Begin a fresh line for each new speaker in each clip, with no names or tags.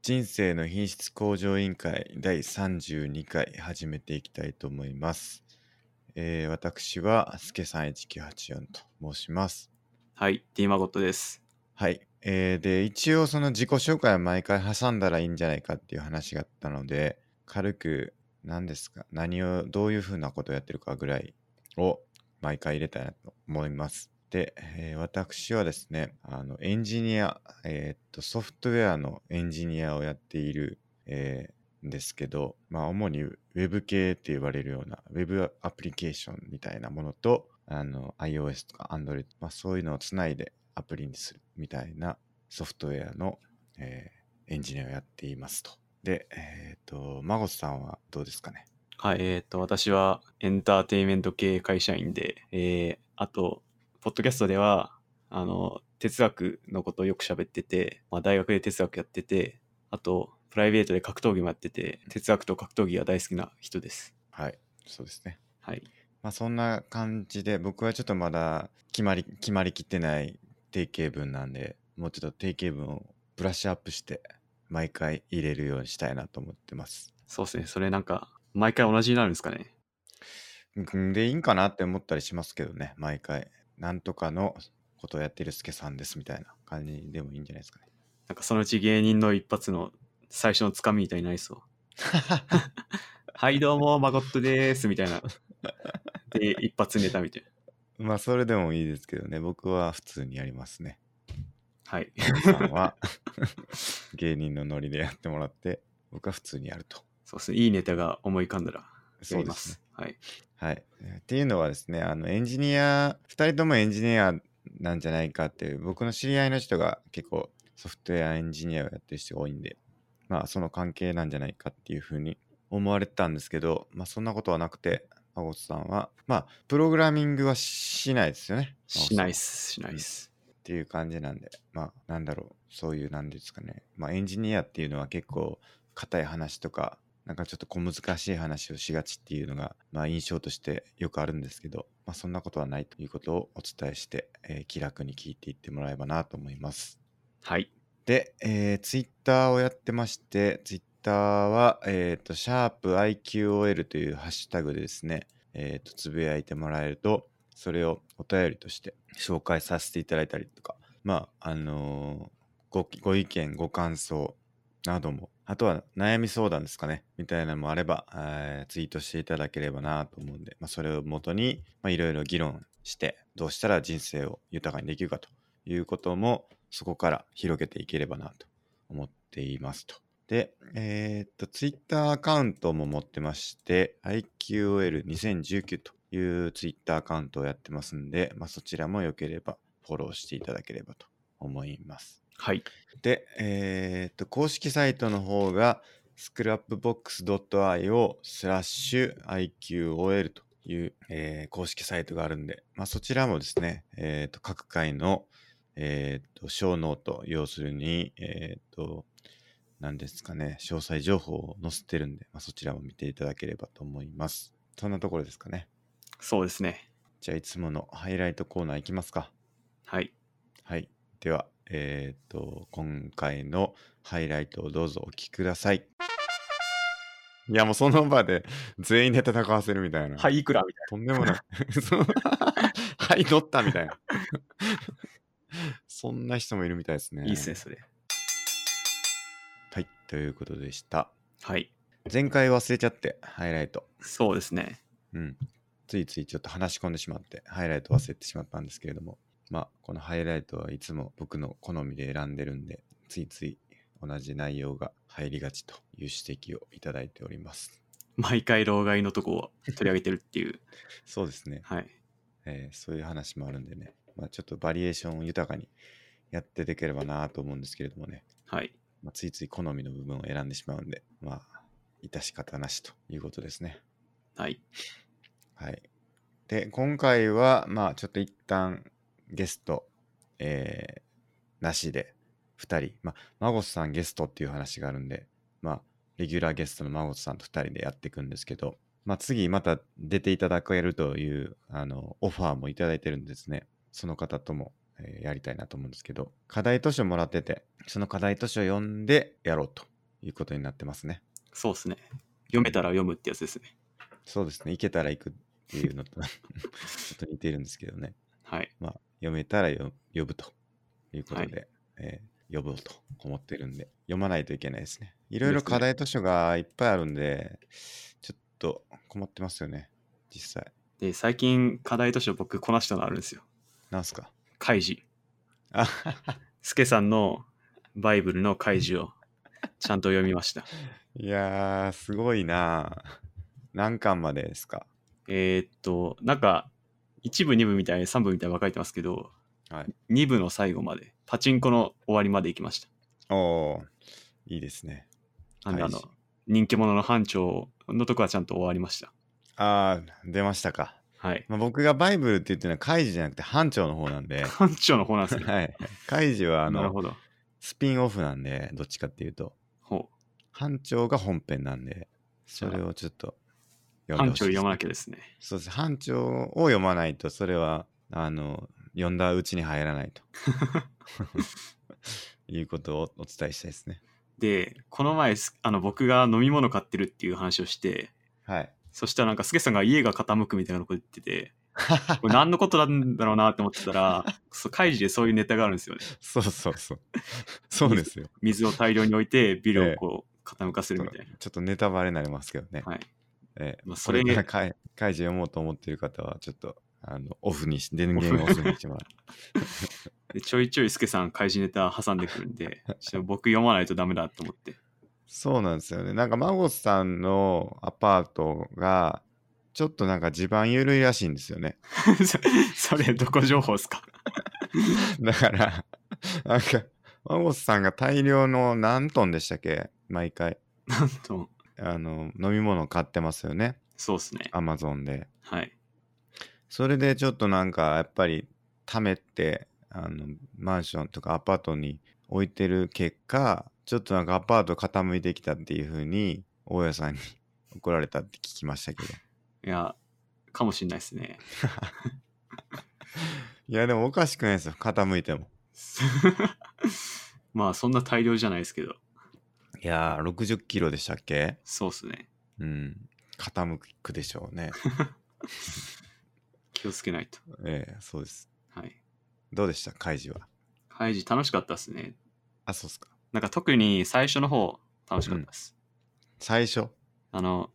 人生の品質向上委員会第32回始めていきたいと思います。えー、私は、すけさん1984と申します。
はい、D マゴットです。
はい。えー、で、一応その自己紹介を毎回挟んだらいいんじゃないかっていう話があったので、軽く何ですか、何を、どういうふうなことをやってるかぐらいを毎回入れたいなと思います。で、えー、私はですね、あの、エンジニア、えー、っと、ソフトウェアのエンジニアをやっている、えー、ですけど、まあ、主に Web 系って言われるような Web アプリケーションみたいなものと、あの、iOS とか Android、まあ、そういうのをつないでアプリにするみたいなソフトウェアの、えー、エンジニアをやっていますと。で、えっ、ー、と、マゴスさんはどうですかね
はい、えっ、ー、と、私はエンターテインメント系会社員で、えー、あと、ポッドキャストでは、あの、哲学のことをよく喋ってて、まあ、大学で哲学やってて、あと、プライベートで格闘技もやってて、哲学と格闘技が大好きな人です。
はい、そうですね。
はい。
まあ、そんな感じで、僕はちょっとまだ決まり、決まりきってない定型文なんで、もうちょっと定型文をブラッシュアップして、毎回入れるようにしたいなと思ってます。
そうですね。それなんか、毎回同じになるんですかね。
で、いいんかなって思ったりしますけどね、毎回。なんとかのことをやってるすけさんですみたいな感じでもいいんじゃないですかね。
なんかそのうち芸人の一発の最初のつかみみたいになりそう。 はい、どうも、マゴットです、みたいな。で、一発ネタみたい
な。まあ、それでもいいですけどね、僕は普通にやりますね。
はい。
さんは芸人のノリでやってもらって、僕は普通にやると。
そうですね、いいネタが思い浮かんだらやります。
そうです、ね、はい、はいっていうのはですねあのエンジニア2人ともエンジニアなんじゃないかっていう僕の知り合いの人が結構ソフトウェアエンジニアをやってる人が多いんでまあその関係なんじゃないかっていうふうに思われてたんですけどまあそんなことはなくてマゴさんはまあプログラミングはしないですよね
しないっすしないっす、
っていう感じなんでまあなんだろうそういう何ですかねまあエンジニアっていうのは結構硬い話とかなんかちょっと小難しい話をしがちっていうのが、まあ、印象としてよくあるんですけど、まあ、そんなことはないということをお伝えして、えー、気楽に聞いていってもらえばなと思います。
はい。
で、えー、ツイッターをやってまして、ツイッターは、えっ、ー、と、シャープ i q o l というハッシュタグでですね、えっ、ー、と、つぶやいてもらえると、それをお便りとして紹介させていただいたりとか、まあ、あのー、ご、ご意見、ご感想などもあとは悩み相談ですかね、みたいなのもあれば、えー、ツイートしていただければなと思うんで、まあ、それをもとにいろいろ議論して、どうしたら人生を豊かにできるかということも、そこから広げていければなと思っていますと。で、えー、っと、ツイッターアカウントも持ってまして、IQL2019 というツイッターアカウントをやってますんで、まあ、そちらも良ければフォローしていただければと思います。
はい。
で、えー、っと、公式サイトの方が、scrapbox.io スラッシュ IQOL という、えー、公式サイトがあるんで、まあ、そちらもですね、えー、っと、各回の、えー、っと、小ノート、要するに、えっと、何ですかね、詳細情報を載せてるんで、まあ、そちらも見ていただければと思います。そんなところですかね。
そうですね。
じゃあ、いつものハイライトコーナーいきますか。
はい。
はい。では、えっ、ー、と、今回のハイライトをどうぞお聞きください。いや、もうその場で全員で戦わせるみたいな。
はい、いくらみたい
な。とんでもない。 はい、乗ったみたいな。そんな人もいるみたいですね。
いいっすね、それ。
はい、ということでした。
はい。
前回忘れちゃって、ハイライト。
そうですね。
うん。ついついちょっと話し込んでしまって、ハイライト忘れてしまったんですけれども。まあ、このハイライトはいつも僕の好みで選んでるんで、ついつい同じ内容が入りがちという指摘をいただいております。
毎回老害のとこを取り上げてるっていう。
そうですね。
はい、
えー、そういう話もあるんでね、まあ、ちょっとバリエーションを豊かにやってできればなと思うんですけれどもね。
はい。
まあ、ついつい好みの部分を選んでしまうんで、まあ、致し方なしということですね。
はい。
はい。で、今回は、まあ、ちょっと一旦ゲスト、えー、なしで2人、まあ、マゴスさんゲストっていう話があるんで、まあ、レギュラーゲストのマゴスさんと2人でやっていくんですけど、まあ、次また出ていただけるというあのオファーもいただいてるんですね。その方とも、えー、やりたいなと思うんですけど、課題図書もらってて、その課題図書を読んでやろうということになってますね。
そうですね。読めたら読むってやつですね。
そうですね。行けたら行くっていうのと ちょっと似てるんですけどね。
はい。
まあ、読めたらよ呼ぶということで、
は
えー呼ぼうと思ってるんで、読まないといけないですね。いろい
で
ろ
すね
課題図書がいっぱいあるんで、ちょっと困ってますよね、実際。
で、最近課題図書僕こなしたのあるんですよ。
なんすか
カイジ。
あ
スケさんのバイブルのカイジをちゃんと読みました。
いやー、すごいなあ何巻までですか
えーっと、なんか、1部、2部みたいに3部みたいに分かれてますけど、
はい。
2部の最後まで、パチンコの終わりまで行きました。
おおいいですね。
なんで、あ
開始
の、人気者の班長のとこはちゃんと終わりました。
あー、出ましたか。
はい。
まあ、僕がバイブルって言ってるのは、カイジじゃなくて班長の方なん で、
班長の方なんですね。
はい。カイジは、あ
なる
の、
ほど。
スピンオフなんで、どっちかっていうと。
ほ
班長が本編なんで、
じゃ
そ
あ
れをちょっと
う。
読んで
班
ほし
長
いです
読まなきゃですね。
そうです。班長を読まないと、それは、あの、読んだうちに入らない と。いうことをお伝えしたいですね。
で、この前、すあの、僕が飲み物買ってるっていう話をして、
はい。
そしたらなんか、スケさんが家が傾くみたいなこと言っ てて、これ何のことなんだろうなって思ってたら、そう、カイジでそういうネタがあるんですよね。
そうそうそう。そうですよ。
水を大量に置いて、ビルをこう、傾かせるみたいな。
ちょっとネタバレになりますけどね。
はい。
ええ
まあ
そ
そ
れ
れ
から開開示読もうと思ってる方は、ちょっと、あの、オフにし、電源をオフにしてもらう。
でちょいちょいスケさん、開示ネタ挟んでくるんで、ちょっと僕読まないとダメだと思って。
そうなんですよね。なんか、孫さんのアパートが、ちょっとなんか地盤緩いらしいんですよね。
そそれ、どこ情報ですか
だから、なんか、孫さんが大量の何トンでしたっけ毎回。
なんと、
あの、飲み物買ってますよね。
そうっすね。
アマゾンで。
はい。
それでちょっとなんかやっぱり貯めてあのマンションとかアパートに置いてる結果ちょっとなんかアパート傾いてきたっていう風に大家さんに 怒られたって聞きましたけど
いや、かもしんないですね。
いやでもおかしくないですよ傾いても
まあ、そんな大量じゃないですけど、
いやー60キロでしたっけ
そうっすね。
うん傾くでしょう ね
気をつけないと。
ええそうです
はい。
どうでした開示は
開示楽しかったっすね。
あそうっすか
なんか特に最初の方、楽しかったっす。
最初
あの、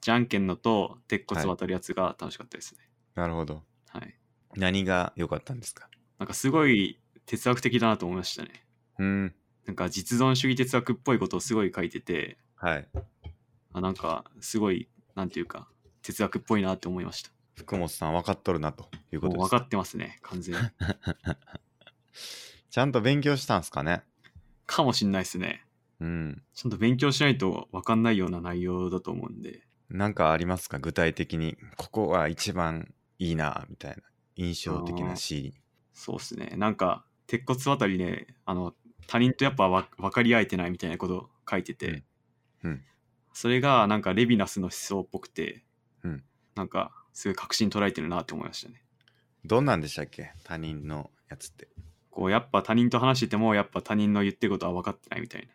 じゃんけんのと、鉄骨渡るやつが楽しかったですね。
なるほど
はい。
何が良かったんですか
なんかすごい哲学的だなと思いましたね。
うん
なんか実存主義哲学っぽいことをすごい書いてて、
はい
あなんかすごい、なんていうか、哲学っぽいなって思いました。
福本さん分かっとるなということ
もう
で
分
す
かってますね、完全に。
ちゃんと勉強したんすかね
かもしんないですね。
うん。
ちゃんと勉強しないと分かんないような内容だと思うんで、
なんかありますか具体的に。ここが一番いいな、みたいな。印象的
あ
な
ー
シ
そうっすね。なんか、鉄骨渡りね、あの、他人とやっぱわ分かり合えてないみたいなことを書いてて、
うんうん
それがなんかレヴィナスの思想っぽくて、
うん
なんかすごい確信捉えてるなって思いましたね。
ーン。どんなんでしたっけ他人のやつって。
こうやっぱ他人と話しててもやっぱ他人の言ってることは分かってないみたいな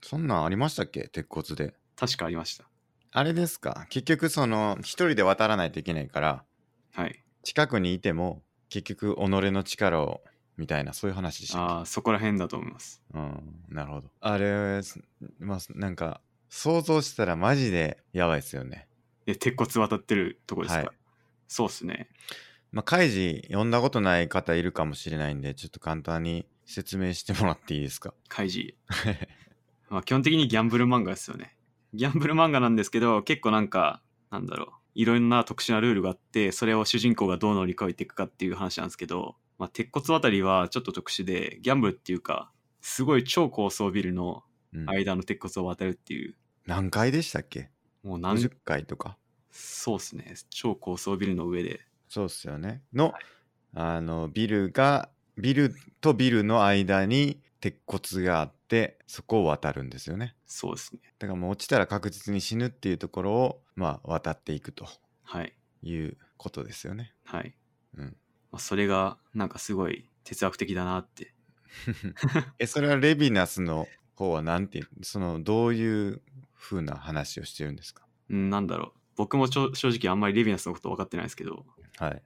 そんなんありましたっけ鉄骨で。
確かありました
あれですか結局その、一人で渡らないといけないから、
はい
近くにいても、結局己の力を、みたいな、そういう話でしたっけ
ああそこら辺だと思います
うん、なるほど。あれ、すまあ、なんか、想像したらマジでやばいですよね。
で鉄骨渡ってるとこですか、
はい
そうっすね
まあ、カイジ読んだことない方いるかもしれないんで、ちょっと簡単に説明してもらっていいですか。
開 示まあ基本的にギャンブル漫画ですよねギャンブル漫画なんですけど結構なんかなんだろういろんな特殊なルールがあってそれを主人公がどう乗り越えていくかっていう話なんですけど、まあ、鉄骨渡りはちょっと特殊でギャンブルっていうかすごい超高層ビルの
うん
間の鉄骨を渡るっていう、
何回でしたっけ
もう何
?50 回とか。
そうですね。超高層ビルの上で。
そうっすよね。の、あの、ビルが、ビルとビルの間に鉄骨があって、そこを渡るんですよね。
そうですね。
だからもう落ちたら確実に死ぬっていうところを、まあ、渡っていくと
はい。
いうことですよね。
はい。
うん。
まあ、それが、なんかすごい哲学的だなって。
え、それはレヴィナスの方はなんてそのどういう風な話をしてるんですか
うん、なんだろう。僕もちょ正直あんまりレヴィナスのこと分かってないですけど、
はい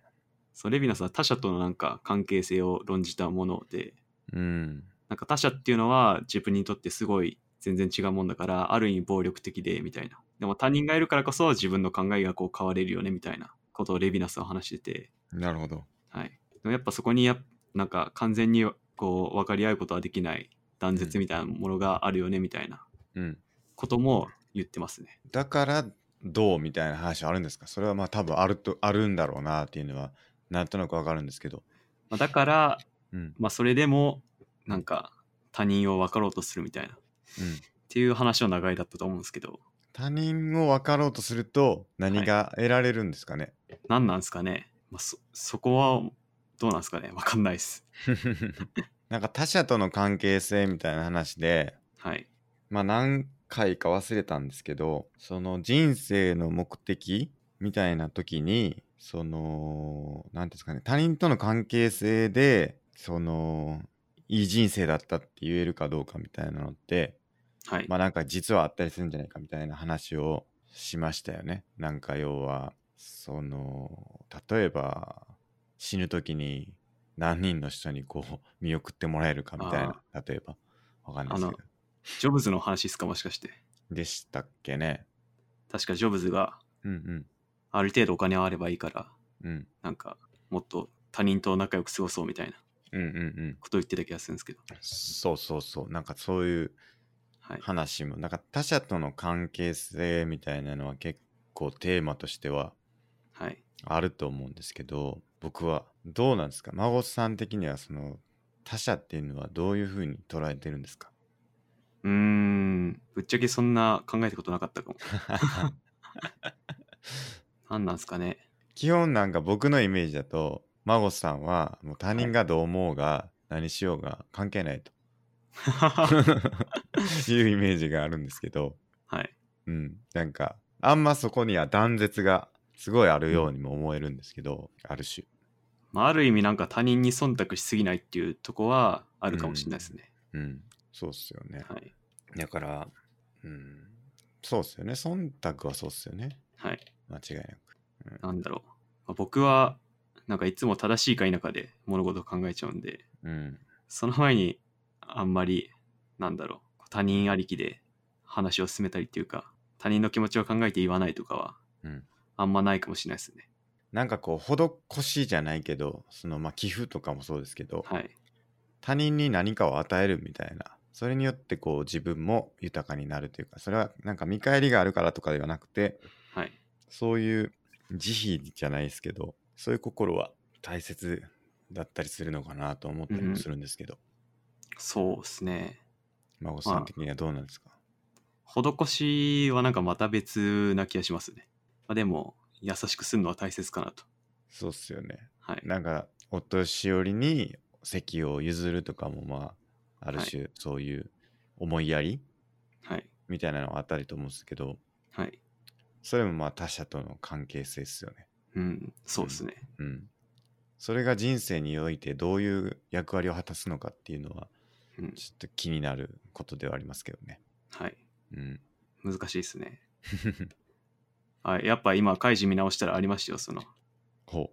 そうレヴィナスは他者とのなんか関係性を論じたもので、
うん
なんか他者っていうのは自分にとってすごい全然違うもんだから、ある意味暴力的でみたいな。でも他人がいるからこそ自分の考えがこう変われるよねみたいなことをレヴィナスは話してて、
なるほど
はい。でもやっぱそこにやっなんか完全にこう分かり合うことはできない断絶みたいなものがあるよねみたいな
うん
ことも言ってますね。
だからどうみたいな話はあるんですかそれはまあ多分あるとあるんだろうなっていうのはなんとなくわかるんですけど
まあだから、
うん
まあ、それでもなんか他人を分かろうとするみたいなっ
うん
ていう話の流れだったと思うんですけど
他人を分かろうとすると何が得られるんです かね、
何なんですかね、まあ、そそこはどうなんですかね分かんないです。
なんか他者との関係性みたいな話で
はい。
まあ何回か忘れたんですけどその人生の目的みたいな時にその何ですかね他人との関係性でそのいい人生だったって言えるかどうかみたいなのって
はい。
まあなんか実はあったりするんじゃないかみたいな話をしましたよね。なんか要はその例えば死ぬ時に何人の人にこう 見送ってもらえるかみたいな例えばわかんないですけど
ジョブズの話ですかもしかして。
でしたっけね。
確かジョブズが
うん
ある程度お金はあればいいから
うんうん
なんかもっと他人と仲良く過ごそうみたいな
うんうんうん
ことを言ってた気がするんですけど。
そうそうそうなんかそういう
はい。
話もなんか他者との関係性みたいなのは結構テーマとしては
はい。
あると思うんですけど僕はどうなんですか孫さん的にはその他者っていうのはどういうふうに捉えてるんですか
うーん。ぶっちゃけそんな考えたことなかっ たかも。何なんですかね。
基本なんか僕のイメージだと孫さんはもう他人がどう思おうが何しようが関係ないと いうイメージがあるんですけど、
はい。
うん、なんかあんまそこには断絶がすごいあるようにも思えるんですけど、ある種
まあ、ある意味なんか他人に忖度しすぎないっていうとこはあるかもしれないですね。
うんそうっすよね
はい。
だからうんそうっすよね忖度はそうっすよね
はい。
間違いなく
なんだろう。まあ僕は、なんかいつも正しいか否かで物事を考えちゃうんで、
うん
その前にあんまり、なんだろう。他人ありきで話を進めたりっていうか、他人の気持ちを考えて言わないとかは、
うん
あんまないかもしれないですね。
なんかこう施しじゃないけどそのまあ寄付とかもそうですけど、
はい。
他人に何かを与えるみたいなそれによってこう自分も豊かになるというかそれはなんか見返りがあるからとかではなくて
はい。
そういう慈悲じゃないですけどそういう心は大切だったりするのかなと思ったりもするんですけど、
そうですね。
孫さん的にはどうなんですか、
施しはなんかまた別な気がしますね。まあ、でも、優しくするのは大切かなと。
そうっすよね
はい。
なんかお年寄りに席を譲るとかもまあある種そういう思いやり
はい。
みたいなのがあったりと思うんですけど
はい。
それもまあ他者との関係性ですよね。
うん、そうですね。
うん。それが人生においてどういう役割を果たすのかっていうのは
うん、
ちょっと気になることではありますけどね。
はい。
うん。
難しいですね。あやっぱ今、開示見直したらありましたよ、その
ほ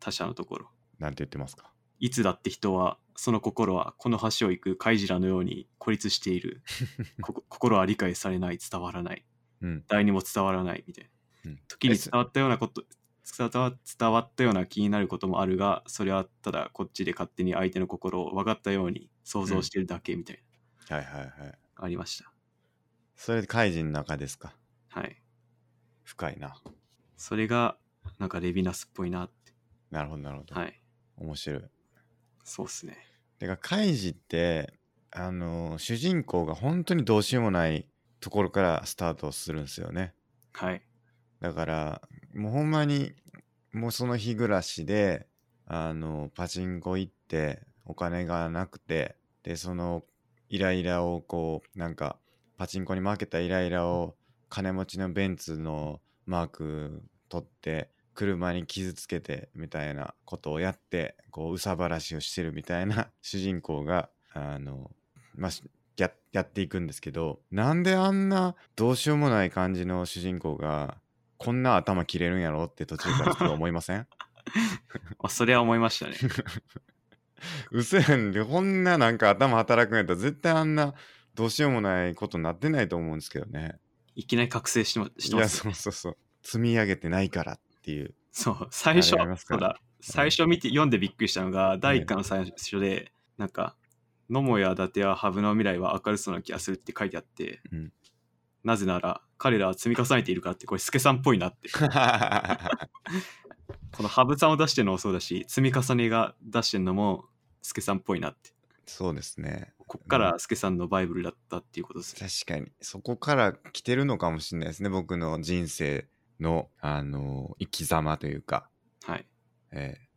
他者のところ。
う。なんて言ってますか。
いつだって人は、その心は、この橋を行く開示らのように孤立して いる。こ心は理解されない、伝わらない。
うん。
誰にも伝わらない、みたいな。
うん
時に
えそ
伝わったようなこと、伝わ伝わったような気になることもあるが、それはただこっちで勝手に相手の心を分かったように想像してるだけみたい
はいはいはい。
な、ありました。
それ、カイジの中ですか。
はい。
深いな。
それが、なんかレヴィナスっぽいなって。
なるほどなるほど。
はい。
面白い。
そうっすね。
てか、カイジって、あのー主人公が本当にどうしようもないところからスタートするんですよね。
はい。
だからもうほんまにもうその日暮らしであのパチンコ行ってお金がなくてでそのイライラをこうなんかパチンコに負けたイライラを金持ちのベンツのマーク取って車に傷つけてみたいなことをや ってこう憂さ晴らしをしてるみたいな主人公があのまあしややっていくんですけどなんであんなどうしようもない感じの主人公がこんな頭切れるんやろって途中からちょっと思いません
あそれは思いましたね
嘘やんでこんななんか頭働くんやったら絶対あんなどうしようもないことになってないと思うんですけどね
いきなり覚醒してまして
い
ま
や
す
そ
ね
うそうそう積み上げてないからっていう
そう最初
あれありますか
そう
ら
だ最初見て読んでびっくりしたのが第1巻の最初でなんか「野茂や伊達や羽生の未来は明るそうな気がする」って書いてあって、
うん
なぜなら彼らは積み重ねているからってこれ助さんっぽいなってこの羽生さんを出してるのもそうだし積み重ねが出してるのも助さんっぽいなって
そうですね
こっから助さんのバイブルだったっていうことですね、
確かにそこから来てるのかもしれないですね僕の人生のあの生き様というか、
はい
ええ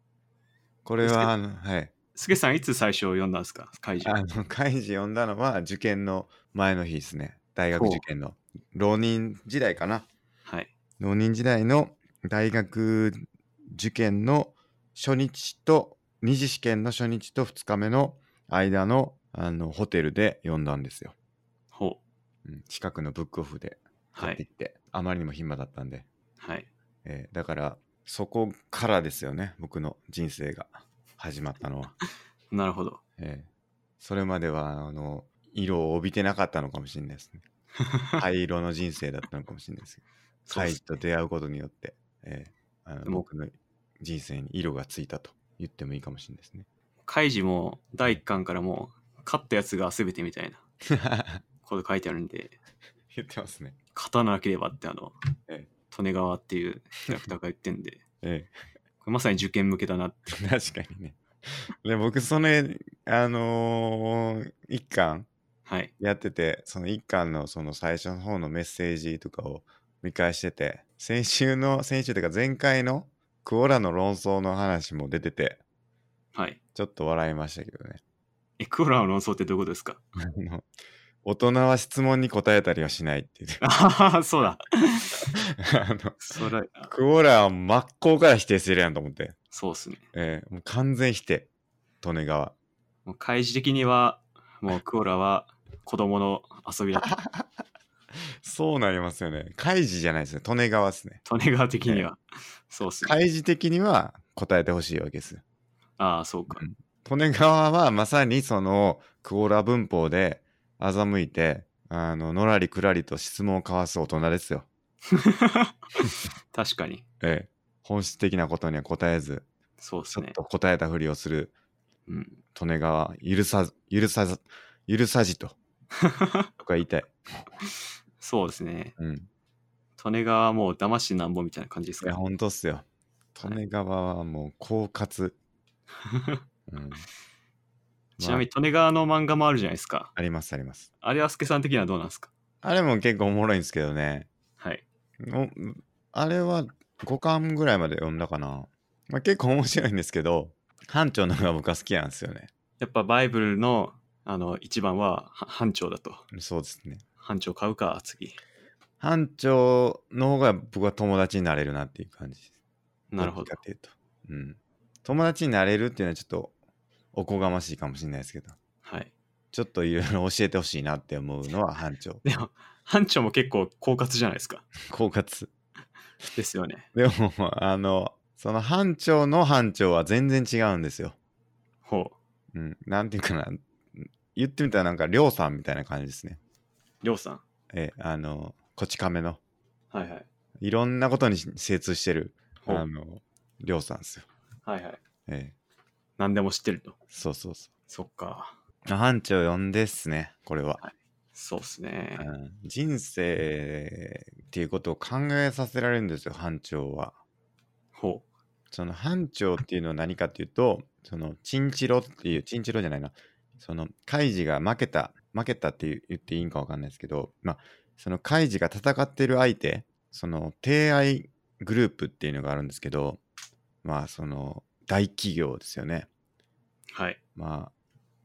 これはあのはい
助さんいつ最初読んだんですか怪
あ
獣
のカイジ読んだのは受験の前の日ですね大学
ほう
受験の浪人時代かな
はい
浪人時代の大学受験の初日と二次試験の初日と2日目の間のあのホテルで読んだんですよ、
ほう
うん近くのブックオフで
は
買って
い
きて、あまりにも暇だったんで、
はい
えーだからそこからですよね僕の人生が始まったのは、
なるほど
えーそれまではあの色を帯びてなかったのかもしれないですね 灰色の人生だったのかもしれないですけど
そう
カ
で
イ
す
ジと出会うことによって、えーあの
でも
僕の人生に色がついたと言ってもいいかもしれないですね。
カイジも第1巻からもう勝ったやつが全てみたいなこと書いてあるんで
言ってますね。
勝たなければってあの、
ええ
利根川っていうキャラクターが言ってんで
え
これまさに受験向けだなって
え確かにね。で僕そのあのー一巻
はい
やっててその一巻のその最初の方のメッセージとかを見返してて先週の先週というか前回のクオラの論争の話も出てて
はい
ちょっと笑いましたけどね。
えクオラの論争ってどういうことですか
あの大人は質問に答えたりはしないって言って
ああ そうだ
あの
それ
クオーラは真っ向から否定するやんと思って。
そうっすね
えーもう完全否定。利根川。
もう開示的にはもうクオラは子供の遊び だった
そうなりますよね。開示じゃないですね。利根川ですね。
利根川的には、そうっすね
開示的には答えてほしいわけです。
ああそうか
うん利根川はまさにそのクオーラ文法で欺いて、あの、のらりくらりと質問を交わす大人ですよ。
確かに
ええ本質的なことには答えず、
そうっ
ち
す
ょっ
ね
と答えたふりをする
うん
利根川、許さず、許さず、許さじと、僕は言いたい。
そうですね
うん。
利根川はもう騙してなんぼみたいな感じです
いや、
か、
ほんとっすよ。利
はい
根川はもう狡猾。うん、
ちなみに利根川の漫画もあるじゃないですか。
ありますあります。
あれは助さん的にはどうなんですか
あれも結構おもろいんですけどね。
はい。
おあれは5巻ぐらいまで読んだかな。まあ、結構面白いんですけど、班長の方が僕は好きなんですよね。
やっぱバイブルのあの一番はは班長だと。
そうですね。
班長買うか、次。
班長の方が僕は友達になれるなっていう感じです。
なるほど
っちか。っていうと。うん。友達になれるっていうのはちょっとおこがましいかもしれないですけど、
はい。
ちょっといろいろ教えてほしいなって思うのは班 長。
でも、班長も結構狡猾じゃないですか。
狡猾
ですよね。
でもあのその班長の班長は全然違うんですよ、
ほ
うん、なんていうかな言ってみたらなんか亮さんみたいな感じですね
う。りょうさん。
えあのこち亀の
はいはい。
いろんなことに精通してる
ほう
あの亮さんですよ、
はいはい。
え
何でも知ってると。
そうそうそ
そっか。
う班長呼んでっすねこれは、
そうっすね
う。ん、人生っていうことを考えさせられるんですよ班長は
ほう。
その班長っていうのは何かっていうとそのチンチロっていうチンチロじゃないなそのカイジが負けた負けたっていう言っていいんかわかんないですけどまあそのカイジが戦ってる相手その帝愛グループっていうのがあるんですけどまあその大企業ですよね
はい。
まあ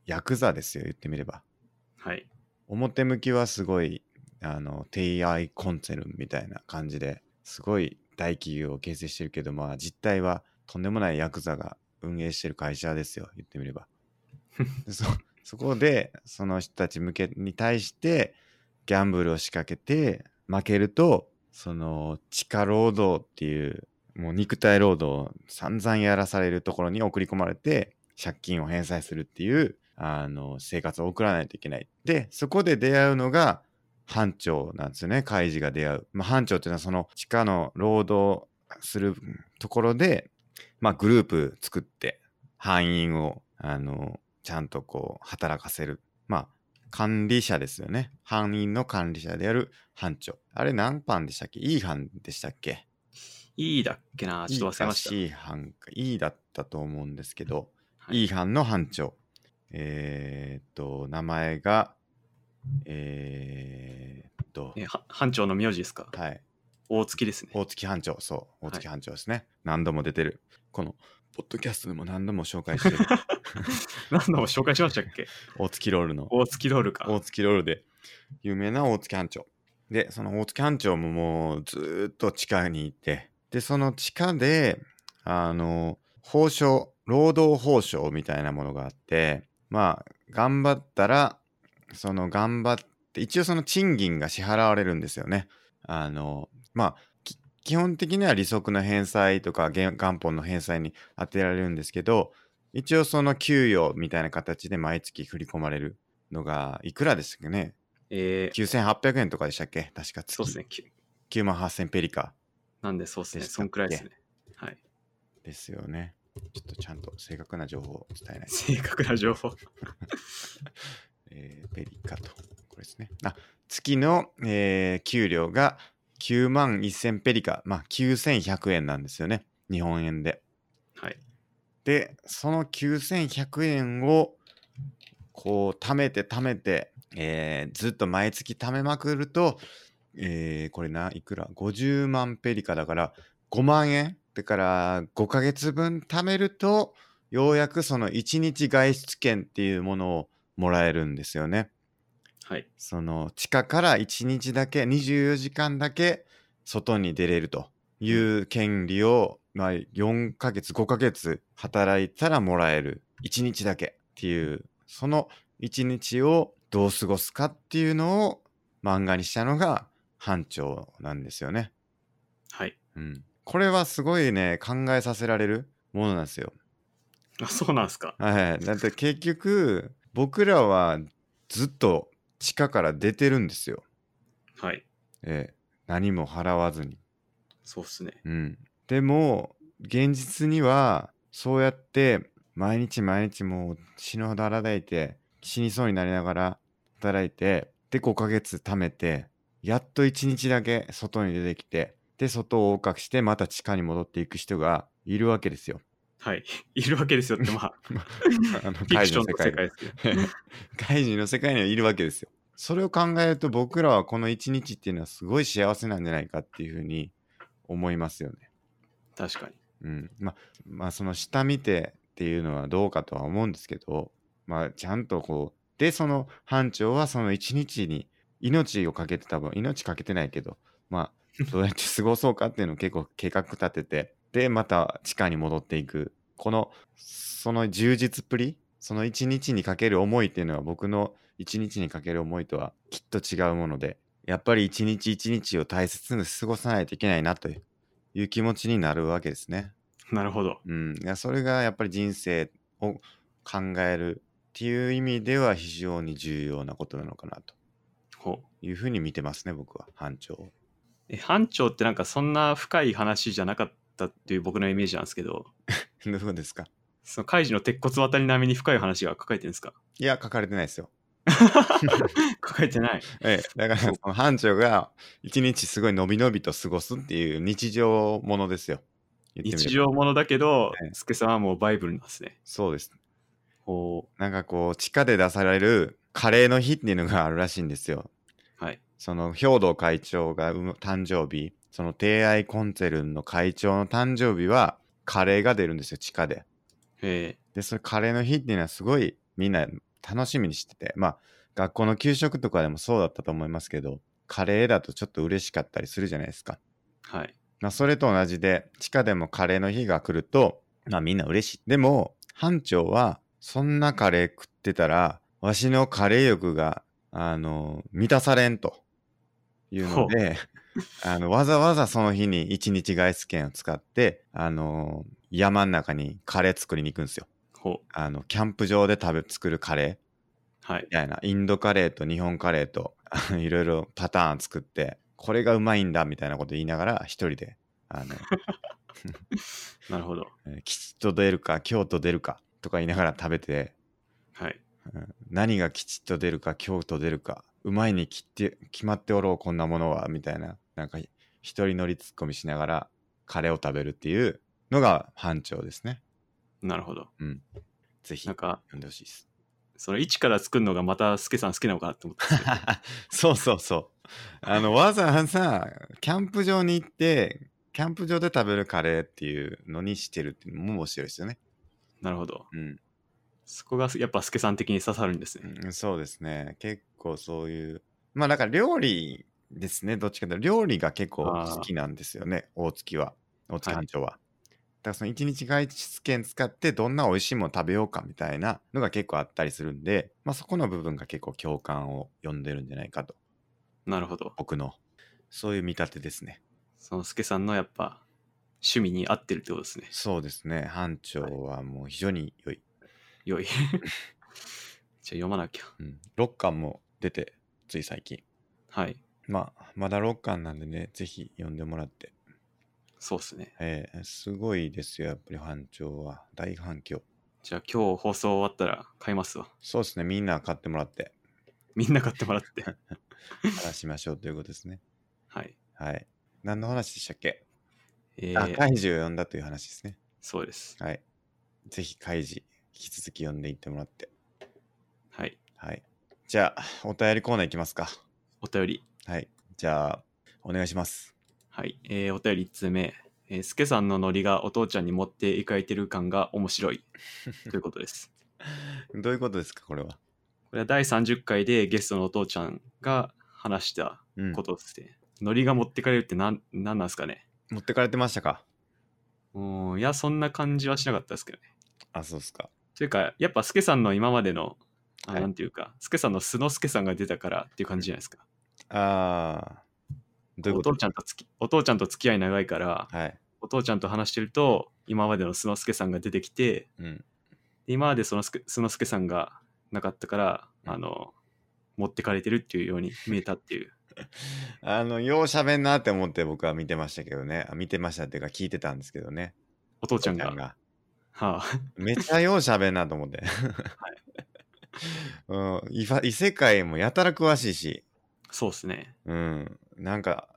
ヤクザですよ言ってみれば
はい。
表向きはすごいあの TI コンツェルンみたいな感じですごい大企業を形成してるけどまあ実態はとんでもないヤクザが運営してる会社ですよ言ってみればでそ そこでその人たち向けに対してギャンブルを仕掛けて負けるとその地下労働っていうもう肉体労働を散々やらされるところに送り込まれて借金を返済するっていうあの生活を送らないといけない。でそこで出会うのが班長なんですよね開示が出会う。まあ、班長っていうのはその地下の労働するところで、まあ、グループ作って班員をあのちゃんとこう働かせる。まあ管理者ですよね。班員の管理者である班長。あれ何班でしたっけいい班でしたっけ
いいだっけなちょっと忘れました。
いいか C 班か E だったと思うんですけど、
はい
E 班の班長。えー、っと、名前が、えー、っと、
ねは班長の名字ですか
はい。
大月ですね。
大月班長、そう、大月班長ですね。何度も出てる。この、ポッドキャストでも何度も紹介 してる。
何度も紹介しましたっけ
大月ロールの。
大月ロールか。
大月ロールで有名な大月班長でその大月班長ももうずーっと地下にいてでその地下であの報奨労働報奨みたいなものがあってまあ頑張ったらその頑張って一応その賃金が支払われるんですよねあのまあき基本的には利息の返済とか元元本の返済に充てられるんですけど一応その給与みたいな形で毎月振り込まれるのがいくらでしたっけね
えー、
9800円とかでしたっけ確か月
そうですね。き
9万8000ペリカ
なんでそうですね。
でしたっけ
そんくらいですね。はい。
ですよねちょっとちゃんと正確な情報を伝えない、
正確な情報。
えーペリカとこれですねあ月の、えー給料が9万1000ペリカまあ9100円なんですよね日本円で
はい。
でその9100円をこう貯めて貯めて、えーずっと毎月貯めまくると、えーこれないくら50万ペリカだから5万円だから5ヶ月分貯めるとようやくその1日外出券っていうものをもらえるんですよね。
はい。
その地下から1日だけ24時間だけ外に出れるという権利を、まあ、4ヶ月5ヶ月働いたらもらえる1日だけっていうその1日をどう過ごすかっていうのを漫画にしたのが班長なんですよね。
はい。
うん、これはすごいね考えさせられるものなんですよ。
あ、そうなんですか。
はい、だって結局僕らはずっと地下から出てるんですよ。
はい。
ええ何も払わずに。
そうですね。
うん、でも現実にはそうやって毎日毎日もう死ぬほど働いて死にそうになりながら働いてで5ヶ月貯めてやっと1日だけ外に出てきてで外を横隔してまた地下に戻っていく人がいるわけですよ。
はい。 いるわけですよって、ま あ、フ
あの
ィクションの世界
で
ですけど。
外人の世界にはいるわけですよ。それを考えると僕らはこの一日っていうのはすごい幸せなんじゃないかっていうふうに思いますよね。
確かに。
うん、ままあその下見てっていうのはどうかとは思うんですけど、まあ、ちゃんとこうでその班長はその一日に命をかけて多分命かけてないけど、まあ、どうやって過ごそうかっていうのを結構計画立ててでまた地下に戻っていくこのその充実っぷりその一日にかける思いっていうのは僕の一日にかける思いとはきっと違うものでやっぱり一日一日を大切に過ごさないといけないなという気持ちになるわけですね。
なるほど。
うん、いやそれがやっぱり人生を考えるっていう意味では非常に重要なことなのかなと
ほう。
いうふうに見てますね僕は班長 を
え、班長ってなんかそんな深い話じゃなかったっていう僕のイメージなんですけど、
どういうことですか
そのカイジの鉄骨渡り並みに深い話が書かれてるんですか
いや書かれてないですよ。
書かれて ない。
ええ、だからその班長が一日すごいのびのびと過ごすっていう日常ものですよ。言ってみれば
日常ものだけど
ええ、
スケさんはもうバイブルなんですね。
そうです。
ほ
なんかこう地下で出されるカレーの日っていうのがあるらしいんですよ。
う。はい。
その兵道会長が生む誕生日その帝愛コンツェルンの会長の誕生日はカレーが出るんですよ地下で
え
でそれカレーの日っていうのはすごいみんな楽しみにしててまあ学校の給食とかでもそうだったと思いますけどカレーだとちょっと嬉しかったりするじゃないですか、
ーはい。
まあ、それと同じで地下でもカレーの日が来るとまあみんな嬉しいでも班長はそんなカレー食ってたらわしのカレー欲が、あの、満たされんというので、あの、わざわざその日に一日外出券を使って、あの、山ん中にカレー作りに行くんですよ。
ほう。
あの、キャンプ場で食べ、作るカレー。
はい
み。たいなインドカレーと日本カレーと あのいろいろパターン作ってこれがうまいんだみたいなこと言いながら一人であの
なるほど。
えー吉と出るか京と出るかとか言いながら食べて、
はい。
うん何が吉と出るか京と出るかうまいにきって決まっておろうこんなものはみたいななんか一人乗りツッコミしながらカレーを食べるっていうのが班長ですね
なるほど。
ぜひ
な
読
んか、
んでほしいです
それ一から作るのがまたスケさん好きなのかなと思ったんですけど
そうそうそうあのわざわざキャンプ場に行ってキャンプ場で食べるカレーっていうのにしてるっていうのも面白いですよね
なるほど。
うん
そこがやっぱスケさん的に刺さるんですね。
うんそうですね結構そういうまあだから料理ですねどっちかというと料理が結構好きなんですよね大月は大月班長は、だからその一日外出券使ってどんな美味しいもの食べようかみたいなのが結構あったりするんで、まあ、そこの部分が結構共感を呼んでるんじゃないかと
なるほど。
僕のそういう見立てですね
そのスケさんのやっぱ趣味に合ってるってことですね。
そうですね班長はもう非常に良い、
良い。じゃあ読まなきゃ。
うん、6巻も出てつい最近
はい。
まあまだ6巻なんでねぜひ読んでもらって
そうっすね。
ええすごいですよ、やっぱり班長は。大反響。
じゃあ今日放送終わったら買いますわ。
そうですね、みんな買ってもらって、
みんな買っても らって。
話しましょうということですね。
はい。
はい。何の話でしたっけ、
え
あ、
ー、
カイジを読んだという話ですね。
そうです。
はい。ぜひカイジ、引き続き読んでいってもらって。
はい。
はい。じゃあ、お便りコーナーいきますか。
お便り。
はい。じゃあ、お願いします。
はい。えー、お便り1通目。えー、スケさんのノリがお父ちゃんに持っていかれてる感が面 白いということです。
どういうことですか、これは。
これは第30回でゲストのお父ちゃんが話した
うん
こ。とですね。ノリが持ってかれるってなんなんなんですかね
持ってかれてましたか
うん、いや、そんな感じはしなかったですけどね。
あ、そうっすか。
というか、やっぱスケさんの今までの、あ
はい
なんていうか、スケさんの素のスケさんが出たからっていう感じじゃないですか。
あー。どういうこ
お
と
父ちゃんとつきお父ちゃんと付き合い長いから、
はい。
お父ちゃんと話してると、今までの素のスケさんが出てきて、
うん。
で今までそのすけそのすけさんがなかったから、
うん
あの持ってかれてるっていうように見えたっていう
あの、ようしゃべんなって思って僕は見てましたけどね。あ見てましたっていうか聞いてたんですけどね。
お父ちゃん
お
が
父
はあ、
めちゃようしゃべんなと思って。うん、異fa- 異世界もやたら詳しいし、
そうっすね
うん、なんか、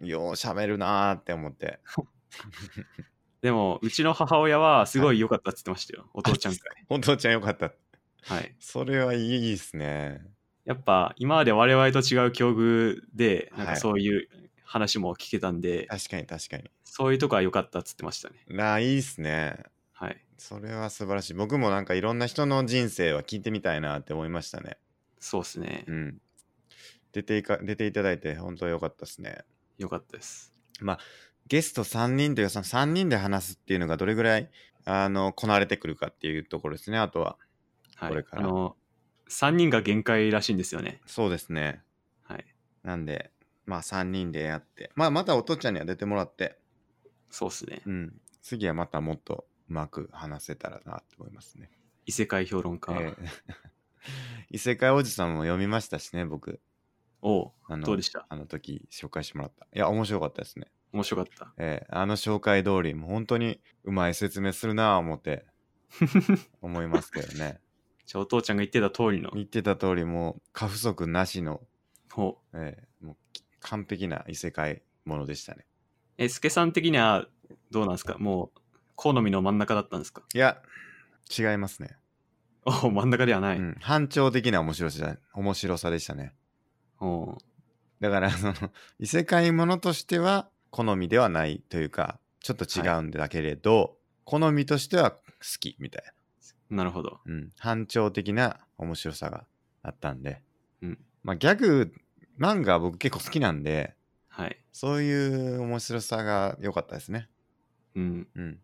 ようしゃべるなーって思って。
でもうちの母親はすごい良かったっつってましたよ、お父ちゃん会
お父ちゃんよかった。
はい
それはいいいいっすね。
やっぱ今まで我々と違う境遇でなん
は
か
い
そういう話も聞けたんで、
確かに確かに。
そういうとこは良かったっつってましたね
なあ、いいっすね。
はい
それは素晴らしい。僕もなんかいろんな人の人生は聞いてみたいなって思いましたね。
そうっすね、
うん。出ていか、出ていただいて本当よかったっすね。
良かったです
ゲスト3人というかその3人で話すっていうのがどれぐらいあのこなれてくるかっていうところですねあとは
はい
これから
あの3人が限界らしいんですよね
そうですね
はい
なんでまあ3人でやってまあまたお父ちゃんには出てもらって
そうっすね
うん次はまたもっとうまく話せたらなと思いますね、
異世界評論家
ええ 異世界おじさんも読みましたしね僕
を
あの
どうでした
あの時紹介してもらったいや面白かったですね
面白かった
ええあの紹介通りもう本当にうまい説明するなあ思って 思いますけどね
じゃあお父ちゃんが言ってた通りの
言ってた通りもう過不足なしの、
方。
えーもうき完璧な異世界ものでしたね
え、スケさん的にはどうなんですかもう、好みの真ん中だったんですか
いや違いますね、
お真ん中ではない。
うん反調的な面白さ面白さでしたね
お
だからその異世界ものとしては好みではないというかちょっと違うんだけれど、好みとしては好きみたい
なるほど。
な、うん、反調的な面白さがあったんで、
うん
まあギャグ漫画は僕結構好きなんで
はい。
そういう面白さが良かったですね
うん。
うん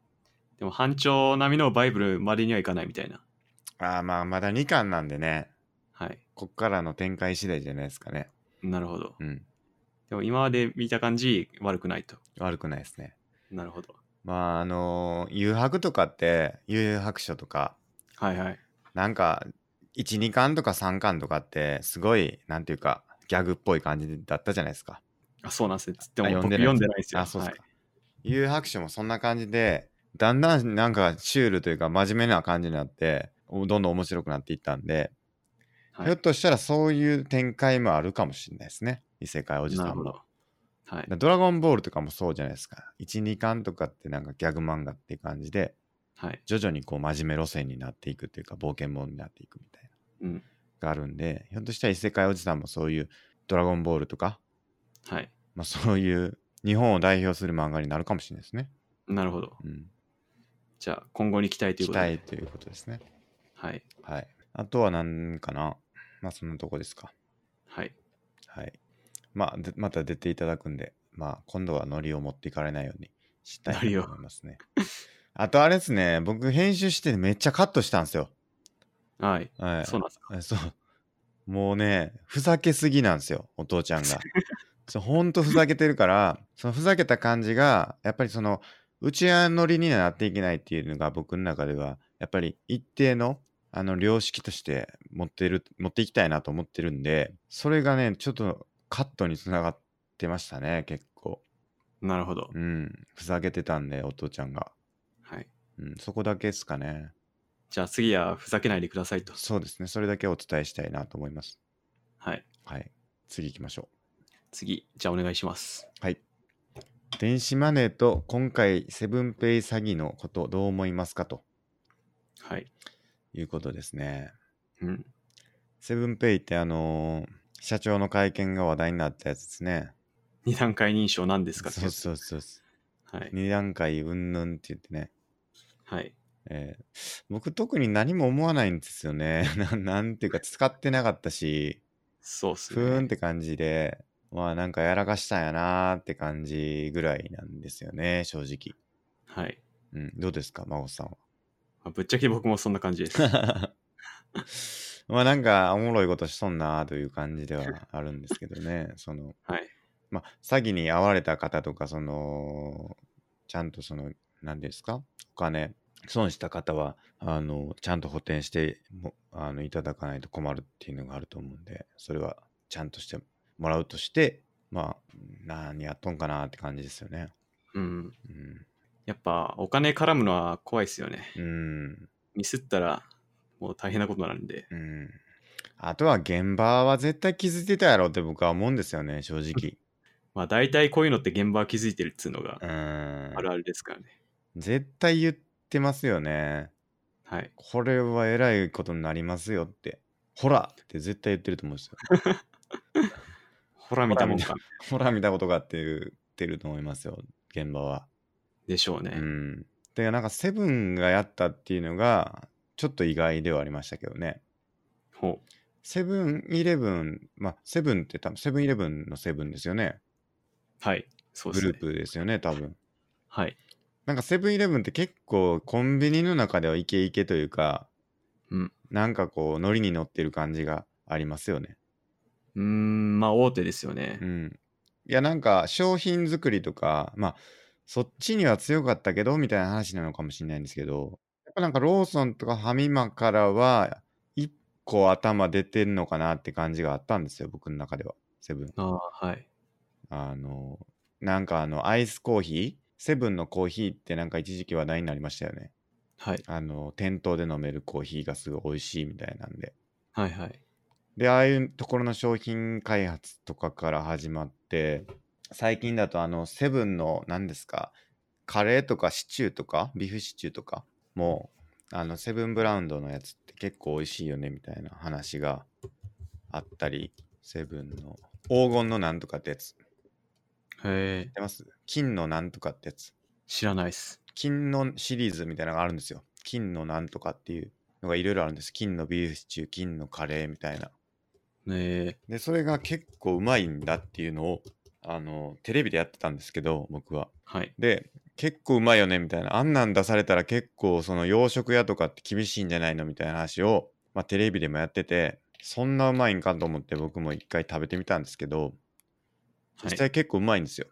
でも、班長並みのバイブルまでにはいかないみたいな。
ああまあまだ2巻なんでね
はい。
こっからの展開次第じゃないですかね。
なるほど。
うん。
でも今まで見た感じ悪くないと。
悪くないですね。
なるほど。
まあ、あのー誘白とかって、誘白書とか、
はいはい。
なんか、1、2巻とか3巻とかって、すごい、なんていうか、ギャグっぽい感じだったじゃないですか。
あ、そうなんですね。でも
あ
僕
な
読んでないですよ。
あ、そうっす
はい
か。誘白書もそんな感じで、だんだんなんかシュールというか真面目な感じになって、おどんどん面白くなっていったんで、
はい
ひょっとしたらそういう展開もあるかもしれないですね。異世界おじ
な
さ
る
ん
ほ
も。
ど。はい。
だドラゴンボールとかもそうじゃないですか。1、2巻とかってなんかギャグ漫画っていう感じで、
はい。
徐々にこう真面目路線になっていくっていうか、冒険者になっていくみたいな。
うん。
があるんで、ひょっとしたら異世界おじさんもそういうドラゴンボールとか、
はい。
まあ、そういう日本を代表する漫画になるかもしれないですね。
なるほど。
うん。
じゃあ、今後に期待と
期
いうことで。
待ということですね。
はい。
はい。あとは何かなまあそんなとこですか。
はい。
はい。まあ、でまた出ていただくんで、まあ今度はノリを持っていかれないようにしたいなと思いますね。あとあれですね、僕編集してめっちゃカットしたんですよ。
はい。
はい。
そうなんですか。
えそう。もうね、ふざけすぎなんですよ、お父ちゃんが。そうほんとふざけてるから、そのふざけた感じが、やっぱりその、うちわ乗りにはなっていけないっていうのが僕の中では、やっぱり一定の、あの、良識として持ってる、持っていきたいなと思ってるんで、それがね、ちょっとカットにつながってましたね、結構。
なるほど。
うん。ふざけてたんで、お父ちゃんが。
はい。
うん、そこだけですかね。
じゃあ、次はふざけないでくださいと。
そうですね、それだけお伝えしたいなと思います。
はい。
はい。次行きましょう。
次、じゃあお願いします。
はい。電子マネーと今回セブンペイ詐欺のことどう思いますかと
はい。
いうことですね。
うん。
セブンペイってあのー社長の会見が話題になったやつですね。
二段階認証なんですか
そうそうそうそ
はい。
う。2段階うんぬんって言ってね。
はい。
えー僕特に何も思わないんですよね。 ななんていうか使ってなかったし、
そうっす
ふーんっ
ね。
て感じで、まあなんかやらかしたんやなーって感じぐらいなんですよね、正直。
はい。
うん、どうですか、真帆さんは。
まあぶっちゃけ僕もそんな感じ です。
まあなんかおもろいことしとんなという感じではあるんですけどねその、
はい
まあ詐欺に遭われた方とかそのちゃんとその何ですかお金損した方はあのちゃんと補填してもあのいただかないと困るっていうのがあると思うんでそれはちゃんとしてもらうとしてまあ何やっとんかなって感じですよね。
うん。
うん、
やっぱ、お金絡むのは怖いっすよね。
うん
ミスったら、もう大変なことになるんで。
うん。あとは現場は絶対気づいてたやろって僕は思うんですよね、正直。
まあ、大体こういうのって現場は気づいてるっつうのが
う、ん
あ。るあるですからね。
絶対言ってますよね。
はい。
これはえらいことになりますよって。ほらって絶対言ってると思うんですよ。
ほら見たもん
ほ
か。
ほら見たことがって言ってると思いますよ、現場は。
でしょうね。
うん。で、なんかセブンがやったっていうのが、ちょっと意外ではありましたけどね。
ほ
セブンイレブン、まあ、セブンって多分、セブンイレブンのセブンですよね。
う。はい。そう
グ
ですね。
ループですよね、多分。
はい。
なんかセブンイレブンって結構コンビニの中ではイケイケというか、
うん
なんかこうノリに乗ってる感じがありますよね。
うーん、まあ、大手ですよね
う。ん。いやなんか商品作りとか、まあそっちには強かったけどみたいな話なのかもしれないんですけど、やっぱなんかローソンとかファミマからは一個頭出てんのかなって感じがあったんですよ、僕の中では。セブン。
ああ、はい。
あの、なんかあのアイスコーヒー、セブンのコーヒーってなんか一時期話題になりましたよね。
はい。
あの店頭で飲めるコーヒーがすごい美味しいみたいなんで
はいはい。
でああいうところの商品開発とかから始まって最近だとあのセブンの何ですかカレーとかシチューとかビーフシチューとかもあのセブンブラウンドのやつって結構美味しいよねみたいな話があったりセブンの黄金のなんとかってやつ知っ
へえ、
てます金のなんとかってやつ
知らないっす。
金のシリーズみたいなのがあるんですよ。金のなんとかっていうのがいろいろあるんです。金のビーフシチュー、金のカレーみたいな。
ねえ、
で、それが結構うまいんだっていうのを、あの、テレビでやってたんですけど、僕は。
はい。
で、結構うまいよねみたいな。あんなん出されたら結構その洋食屋とかって厳しいんじゃないのみたいな話を、まあテレビでもやってて、そんなうまいんかと思って僕も一回食べてみたんですけど、
は
実
い。
際結構うまいんですよ。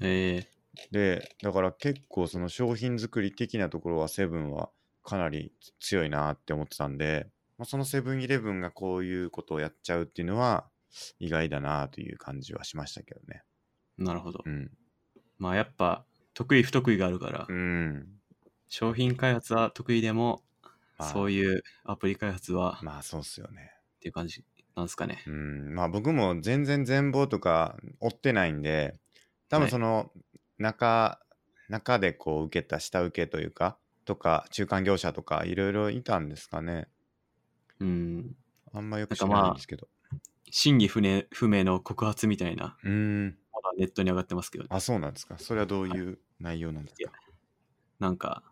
え
で、だから結構その商品作り的なところはセブンはかなり強いなって思ってたんで、まあ、そのセブンイレブンがこういうことをやっちゃうっていうのは意外だなという感じはしましたけどね。
ーなるほど
う。ん。
まあやっぱ、得意不得意があるから
う、ん。
商品開発は得意でも、
まあ
そういうアプリ開発は、っ
まあそうっすよね。
ていう感じなんですかね。
うん。まあ僕も全然全貌とか追ってないんで、多分その中、中でこう受けた下請けというか、とか中間業者とかいろいろいたんですかね。
うん。
あんまよく
なん
知
からまあ
ないんですけど。
真偽不明不明の告発みたいな、
うーん。
まだネットに上がってますけど、
あ、そうなんですか。それはどういう内容なんですか。
なんか、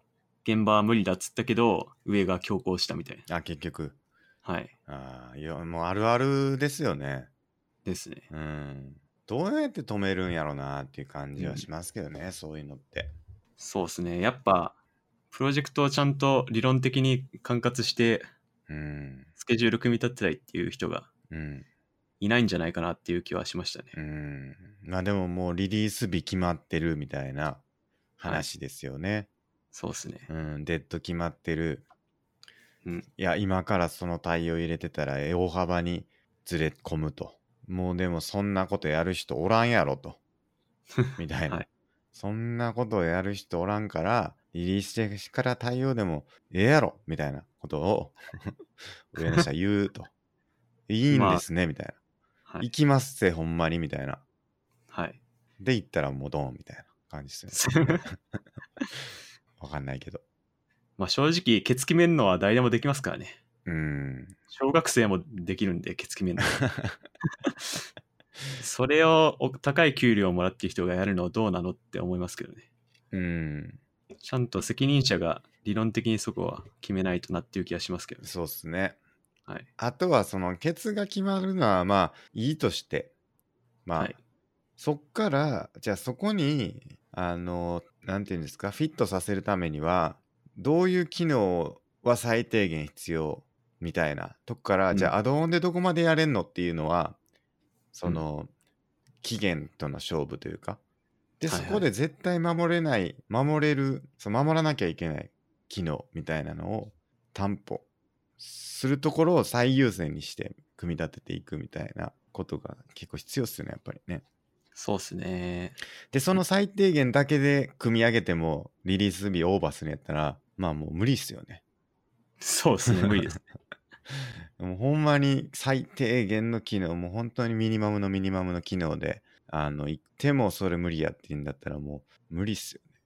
現場は無理だっつったけど、上が強行したみたい
あ、結局。
な。はい。
あーいや、もうあるあるですよね。
ですね。
うん。どうやって止めるんやろうなっていう感じはしますけどね、そういうのって。
そうですね。やっぱ、プロジェクトをちゃんと理論的に管轄して、
うん。
スケジュール組み立ってないっていう人が
うん。
いないんじゃないかなっていう気はしましたね。
うん。まあでももうリリース日決まってるみたいな話ですよね。
そうですね。
うん。デッド決まってる。
うん
いや、今からその対応入れてたらえ大幅にずれ込むと。もうでもそんなことやる人おらんやろ と。みたいな。
はい
そんなことやる人おらんから、リリースしてから対応でもええやろみたいなことを 上の人は言うと。いいんですね、みたいな。
はい
行。きますぜ、ほんまに、みたいな。
はい。
で、行ったらもうドーンみたいな感じですね。わかんないけど。
まあ正直、ケツ決めるのは誰でもできますからね。
うーん。
小学生もできるんで、ケツ決めるの は。それをお高い給料をもらってる人がやるのどうなのって思いますけどね。
うーん。
ちゃんと責任者が理論的にそこは決めないとなっていう気がしますけどね。
そうっすね。
はい。
あとは、その、ケツが決まるのは、まあ、いいとして。まあ、
はい。
そっから、じゃあそこに、あの、なんていうんですか、フィットさせるためには、どういう機能は最低限必要みたいなとこから、
うん
じゃあアドオンでどこまでやれんのっていうのは、その、期限との勝負というか、で、
はい
そ
はい
こで絶対守れない、守れる、そう守らなきゃいけない機能みたいなのを担保するところを最優先にして組み立てていくみたいなことが結構必要っすよね、やっぱりね。
そうですね。
で、その最低限だけで組み上げても、リリース日オーバーするんやったら、まあもう無理っすよね。
そうですね。無理 です。
もうほんまに最低限の機能、もう本当にミニマムのミニマムの機能で、あの、行ってもそれ無理やって言うんだったらもう無理っすよね。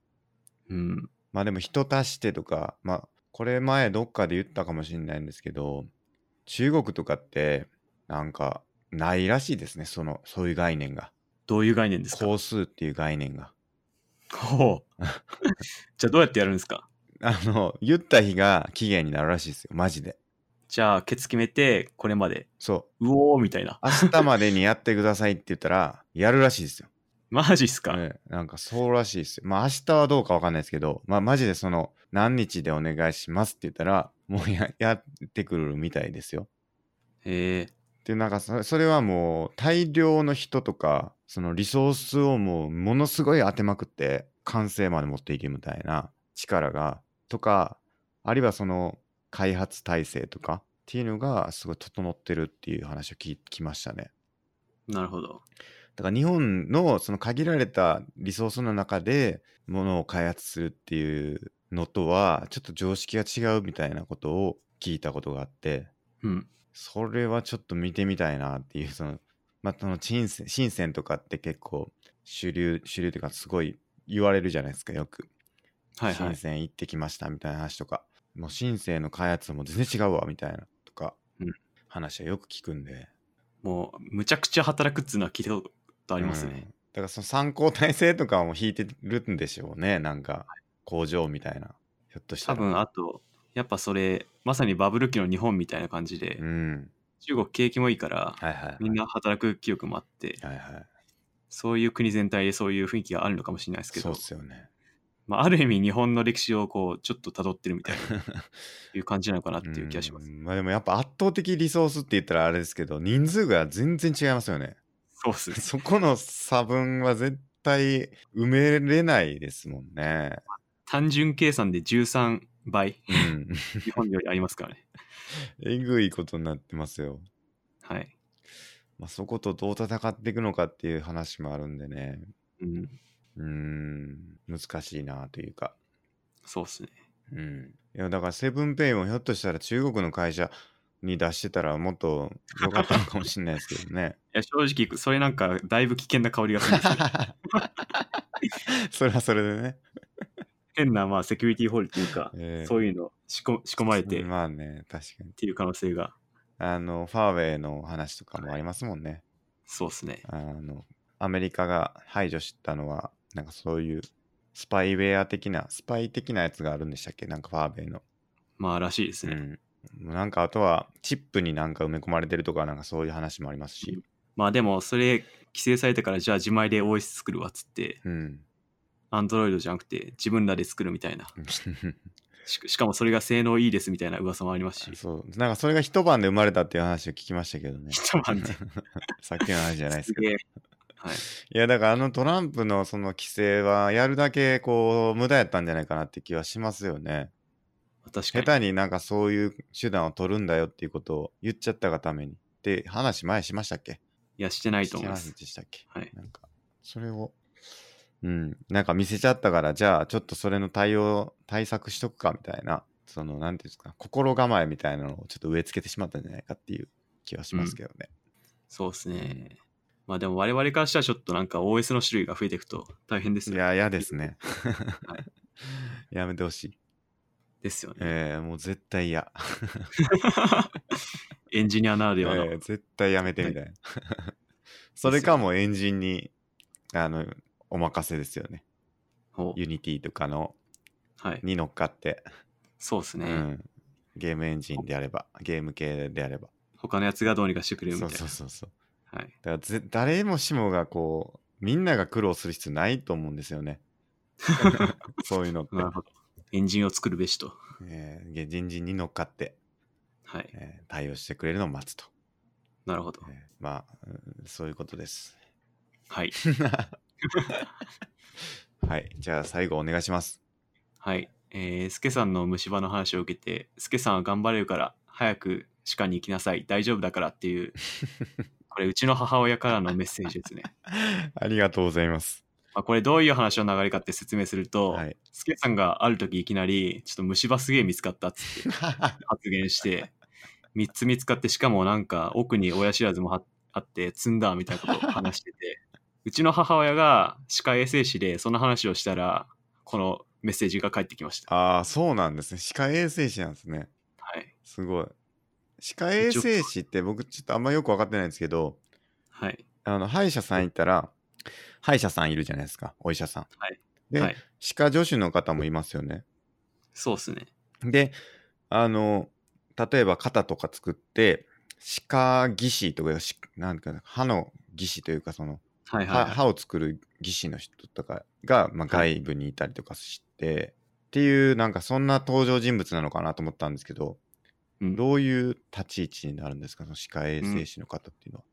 うん。
まあでも人足してとか、まあ、これ前どっかで言ったかもしれないんですけど、中国とかって、なんか、ないらしいですね、その、そういう概念が。
どういう概念ですか
工数っていう概念が。
ほ う。じゃあどうやってやるんですか
あの、言った日が期限になるらしいですよ、マジで。
じゃあ、ケツ決めて、これまで、
そう
おーみたいな。
う。明日までにやってくださいって言ったら、やるらしいですよ。
マジっすか、
ええなんかそうらしいですよ。まあ明日はどうかわかんないですけど、まあマジでその、何日でお願いしますって言ったら、もうややってくるみたいですよ。
えー、
で、なんかそれそれはもう大量の人とか、そのリソースをもうものすごい当てまくって、完成まで持っていけみたいな力が、とか、あるいはその開発体制とかっていうのがすごい整ってるっていう話を聞きましたね。
なるほど。
だから日本のその限られたリソースの中でものを開発するっていうのとはちょっと常識が違うみたいなことを聞いたことがあって
うん。
それはちょっと見てみたいなっていうそのまあその深セン深センとかって結構主流主流というかすごい言われるじゃないですかよく
はいは
深
い。
セン行ってきましたみたいな話とかもう深センの開発も全然違うわみたいなとか
うん
話はよく聞くんで。
もう、むちゃくちゃ働くっつうのは聞いたことあります
うん
ね。
だからその参考体制とかも引いてるんでしょうね。なんか工場みたいな。ひょっとした
多
ら。
分、あと、やっぱそれ、まさにバブル期の日本みたいな感じで、
うん。
中国景気もいいから、
はいはいはい。
みんな働く記憶もあって、
はいはい。
そういう国全体でそういう雰囲気があるのかもしれないですけ
そう
ど
っ、すよね。
まあ、ある意味日本の歴史をこうちょっと辿ってるみたいないう感じなのかなっていう気がしま
う
す。
んまあでもやっぱ圧倒的リソースって言ったらあれですけど、人数が全然違いますよ ね。
そうっすね。
そこの差分は絶対埋めれないですもんね。
単純計算で13倍
うん。
日本よりありますからね。
えぐいことになってますよ。
はい。
まあ、そことどう戦っていくのかっていう話もあるんでね。
うん。
うーん、難しいなというか。
そうっすね。
うん。いや、だからセブンペイもひょっとしたら中国の会社に出してたらもっと良かったのかもしれないですけど ね。
いや正直、それなんかだいぶ危険な香りがするん ですよ
それはそれでね。
変なまあセキュリティホールっていうか、
えー
そういうの仕込仕込まれてっ
まあね、確かに。
ていう可能性が、
あの、ファーウェイの話とかもありますもんね。
そうっすね。
あの、アメリカが排除したのは、なんかそういうスパイウェア的な、スパイ的なやつがあるんでしたっけなんかファーウェイの。
まあらしいです
う
ね。
ん。なんかあとは、チップになんか埋め込まれてるとか、なんかそういう話もありますし。
まあでも、それ規制されたから、じゃあ自前で OS 作るわっつって、
うん。
アンドロイドじゃなくて自分らで作るみたいな。ししかもそれが性能いいですみたいな噂もありますし。
そう。なんかそれが一晩で生まれたっていう話を聞きましたけどね。
一晩で
さっきの話じゃないです
す
けど。
げ
い
え。はい。
や、だからあのトランプのその規制は、やるだけこう、無駄やったんじゃないかなって気はしますよね。
確か
下
に。
手になんかそういう手段を取るんだよっていうことを言っちゃったがために。って話前しましたっけ
いや、してないと思いま
し
す
て。でしたっけ
はい。
なんか、それを、うん、なんか見せちゃったから、じゃあ、ちょっとそれの対応、対策しとくかみたいな、その、なんていうんですか、心構えみたいなのをちょっと植え付けてしまったんじゃないかっていう気はしますけどね。
そうですね。まあでも我々からしたらちょっとなんか OS の種類が増えていくと大変です
い
よ。
や、嫌ですね。 やめてほしい。
ですよね。
えー、もう絶対嫌。
エンジニアなら
え
ではの。
ー 絶対やめてみ たいな。それかもエンジンに、あの、お任せですよね。
ほう
ユニティとかの、
はい。
に乗っかって、
そうです
う
ね、
ん。ゲームエンジンであれば、ゲーム系であれば。
他のやつがどうにかしてくれるみ
そ
たいうな。
そうそうそう。
はい。
だからぜ誰もしもがこうみんなが苦労する必要ないと思うんですよ ね。そういうのって
な、るほど。エンジンを作るべしと。
えー、人事に乗っかって、
はい。
えー対応してくれるのを待つと。
なるほど
え。ーまあ、うんそういうことです。
はい。
はい。じゃあ最後お願いします。
はい。えー、スケさんの虫歯の話を受けて、スケさんは頑張れるから、早く歯科に行きなさい、大丈夫だからっ ていう、これ、うちの母親からのメッセージですね。
ありがとうございます。
まあ、これ、どういう話の流れかって説明すると、
はい。
スケさんがある時いきなり、ちょっと虫歯すげえ見つかったっつって発言 して、3つ見つかって、しかもなんか奥に親知らずもはあって、積んだみたいなことを話してて、うちの母親が歯科衛生士でその話をしたら、このメッセージが返ってきました。
ああ、そうなんですね。歯科衛生士なんですね。
はい。
すごい。歯科衛生士って僕ちょっとあんまよく分かってないんですけど、
はい。
あの歯医者さん行ったら、歯医者さんいるじゃないですか、お医者さん。
はい
で、
はい
歯科助手の方もいますよね。
そうですね。
で、あの、例えば肩とか作って、歯科技師とか、歯なんか歯の技師というか、その、
はいはい、
歯
はい。
歯を作る技師の人とかが、まあ、
はい
外部にいたりとかして、っていう、なんかそんな登場人物なのかなと思ったんですけど、
うん
どういう立ち位置になるんですか、その歯科衛生士の方っていうのは。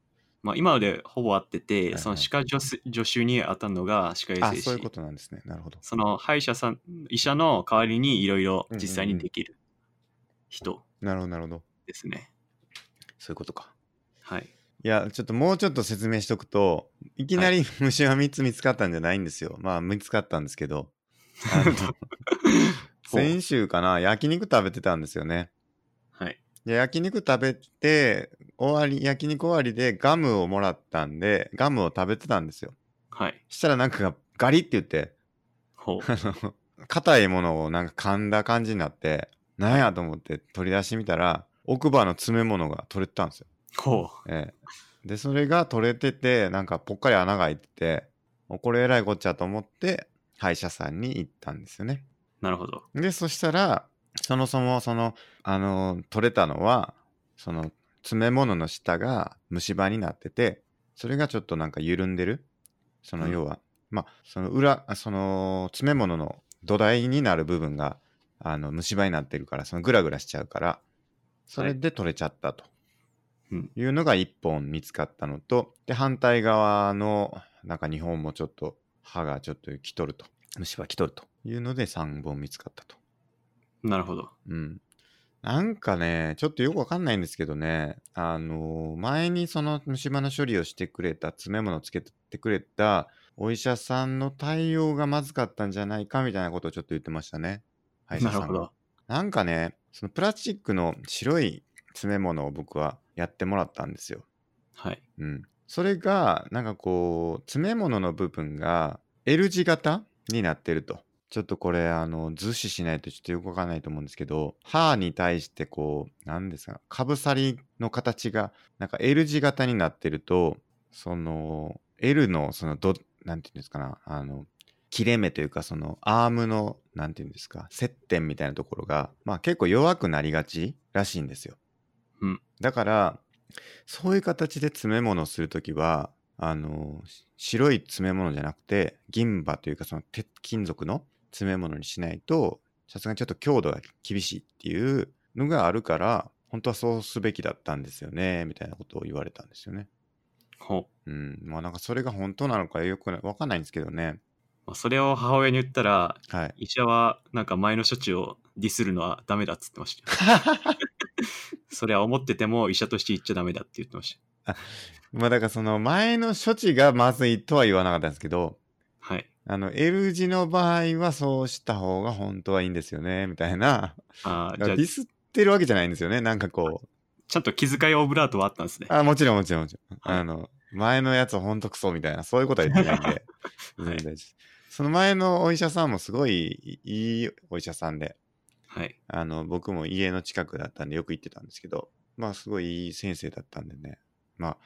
まあ、今までほぼ合ってて、
いはい
その歯科助手助手に当たるのが歯科衛
あ、
生士。
そういうことなんですね。なるほど。
その歯医者さん、医者の代わりにいろいろ実際にできる人
なるほど、なるほど。
ですね。
そういうことか。
はい。
いや、ちょっともうちょっと説明しとくと、いきなり虫は3つ見つかったんじゃないんですよ。まあ、見つかったんですけど。あ の先週かな、焼肉食べてたんですよね。
はい。
で、焼肉食べて、終わり、焼肉終わりでガムをもらったんで、ガムを食べてたんですよ。
はい。
したらなんかガリって言って、
ほう。
あの、硬いものをなんか噛んだ感じになって、なんやと思って取り出してみたら、奥歯の詰め物が取れてたんですよ。
ほ
ええ、でそれが取れててなんかぽっかり穴が開いててもうこれえらいこっちゃと思って歯医者さんに行ったんですよね
う。なるほど。
でそしたらそもそもそのあの取れたのはその詰め物の下が虫歯になっててそれがちょっとなんか緩んでるその
うん
要は、まあその裏あその詰め物の土台になる部分があの虫歯になってるからそのグラグラしちゃうからそれで取れちゃったと
うん
いうのが1本見つかったのとで反対側のなんか2本もちょっと歯がちょっと来とると虫歯来とるというので3本見つかったと。
なるほど。
うん。なんかね、ちょっとよくわかんないんですけどね、あの前にその虫歯の処理をしてくれた、詰め物をつけてくれたお医者さんの対応がまずかったんじゃないかみたいなことをちょっと言ってましたね。歯医者
な
さ
る
んが
ほど。
なんかね、そのプラスチックの白い詰め物を僕はやってもらったんですよ。
はい。
うん。それが、なんかこう、詰め物の部分が L 字型になってると。ちょっとこれ、あの、図示しないとちょっとよくわかんないと思うんですけど、歯に対してこう、なんですか、かぶさりの形が、なんか L 字型になってると、その、L の、その、ど、なんていうんですかな、あの、切れ目というか、その、アームの、なんていうんですか、接点みたいなところが、まあ結構弱くなりがちらしいんですよ。
うん。
だから、そういう形で詰め物をするときは、あの、し白い詰め物じゃなくて、銀歯というかその鉄金属の詰め物にしないと、さすがにちょっと強度が厳しいっていうのがあるから、本当はそうすべきだったんですよね、みたいなことを言われたんですよね。
ほう。
うん。まあなんかそれが本当なのかよくなわかんないんですけどね。
まあ、それを母親に言ったら、
はい。
医者はなんか前の処置をディスるのはダメだっつってましたよ。 それは思ってても医者として言っちゃダメだって言ってまし
まあだからその前の処置がまずいとは言わなかったんですけど、
た。はい。
あの、L 字の場合はそうした方が本当はいいんですよね、みたいな。
あ
だ
あ、
か
じゃ
ら
あ
ディ、スってるわけじゃないんですよね。なんかこう。
ちゃんと気遣いオブラートはあったんですね。
あ、もちろんもちろんもちろん。
はい
あの、前のやつほんとクソみたいな、そういうことは言ってないん で。全然大丈夫ですその前のお医者さんもすごいいいお医者さんで、
はい。
あの、僕も家の近くだったんでよく行ってたんですけど、まあすごいいい先生だったんでね。まあ、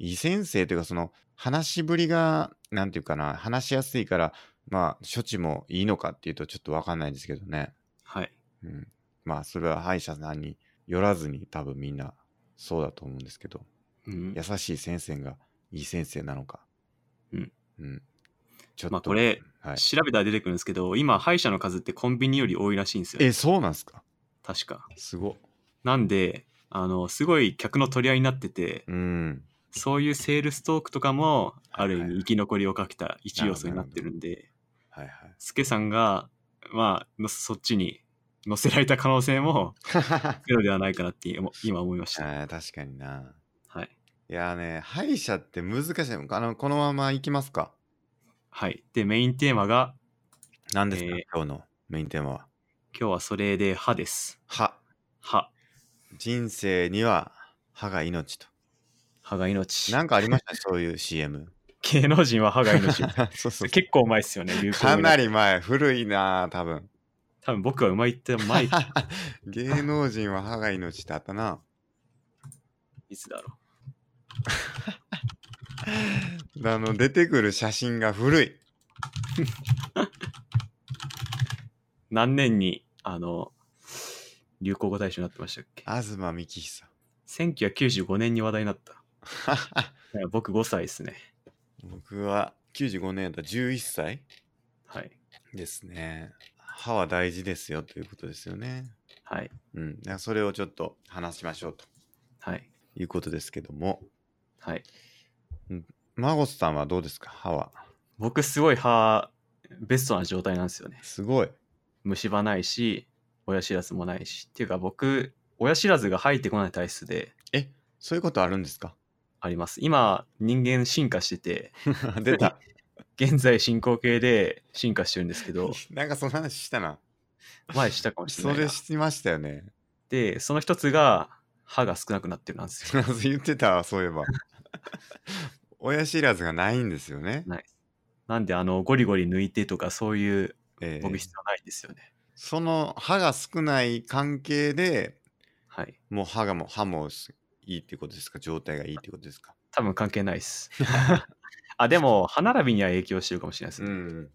いい先生というかその話しぶりが、なんていうかな、話しやすいから、まあ処置もいいのかっていうとちょっとわかんないんですけどね。
はい。
うん、まあそれは歯医者さんによらずに多分みんなそうだと思うんですけど
うん
優。しい先生がいい先生なのか
うん、
うん、ちょっと
まあこれ、
はい、
調べたら出てくるんですけど、今、歯医者の数ってコンビニより多いらしいんですよ。
えそうなんすか
確か。
すごっ
なんで、あの、すごい客の取り合いになってて、
うん
そういうセールストークとかも、ある意
はいは
味
い
生き残りをかけた一要素になってるんで、
はい はい
スケさんが、まあ、のそっちに乗せられた可能性もゼロではないかなって今今思いました。
あー確かにな
はい。
いやーね歯医者って難しいあのこのまま行きますか
はい。で、メインテーマが、
何ですか、
えー
今日のメインテーマは
今日はそれで歯です。
歯
歯。
人生には歯が命と
歯が命。
なんかありましたそういう CM
芸能人は歯が 命。
そうそうそう
結構前っすよね、流行
かなり前、古いなあ、多分。
多分僕は生まれて前、
芸能人は歯が命だったな。
いつだろ
あの、出てくる写真が古い。
う。何年に、あの、流行語大賞になってましたっけ
東幹久。
?1995 年に話題になった。いや僕5歳ですね。
僕は95年だ、11歳
はい。
ですね。歯は大事ですよということですよね。
はい。
うん。だからそれをちょっと話しましょうと
はい。
いうことですけども。
はい。
マゴスさんはどうですか歯は。
僕すごい歯、ベストな状態なんですよね。
すごい。
虫歯ないし、親知らずもないし。っていうか僕、親知らずが生えてこない体質で
そういうことあるんですか
あります。今、人間進化してて、
出た。
現在進行形で進化してるんですけど、
なんかその話したな。
前したかもしれ
そ
ないな
れしましたよね。
で、その一つが、歯が少なくなってるなんです よ。
まず言ってたわそういえば 親知らずがないんですよね、
ないなんで、あの、ゴリゴリ抜いてとか、そういう、
えー
僕必要ないんですよね。
その歯が少ない関係で
はい。
もう歯がもう歯もすいいってことですか状態がいいってことですか
多分関係ない です。あ、でも、歯並びには影響してるかもしれないですね。
ん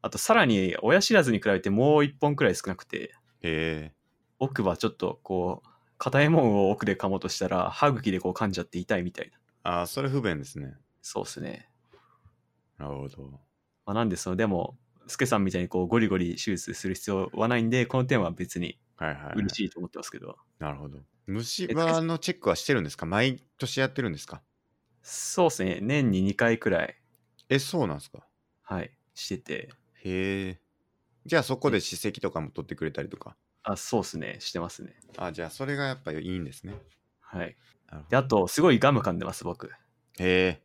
あと、さらに、親知らずに比べてもう一本くらい少なくて、
え
奥歯ちょっと、こう、硬いもんを奥で噛もうとしたら、歯茎でこう噛んじゃって痛いみたいな。
ー、あーそれ不便ですね
そうですね。
なるほど
まあ、なんで、その、でも、スケさんみたいにこうゴリゴリ手術する必要はないんで、この点は別に
はいはい、
嬉しいと思ってますけど、
なるほど。虫歯のチェックはしてるんですか毎年やってるんですか
そうですね、年に2回くらい、
え、そうなんですか
はい、してて、
へえ。じゃあそこで歯石とかも取ってくれたりとか。
あ、そうですね、してますね。
あ、じゃあそれがやっぱいいんですね。
はい。
なるほ
で、
ど。
あと、すごいガム噛んでます、僕。
へえ。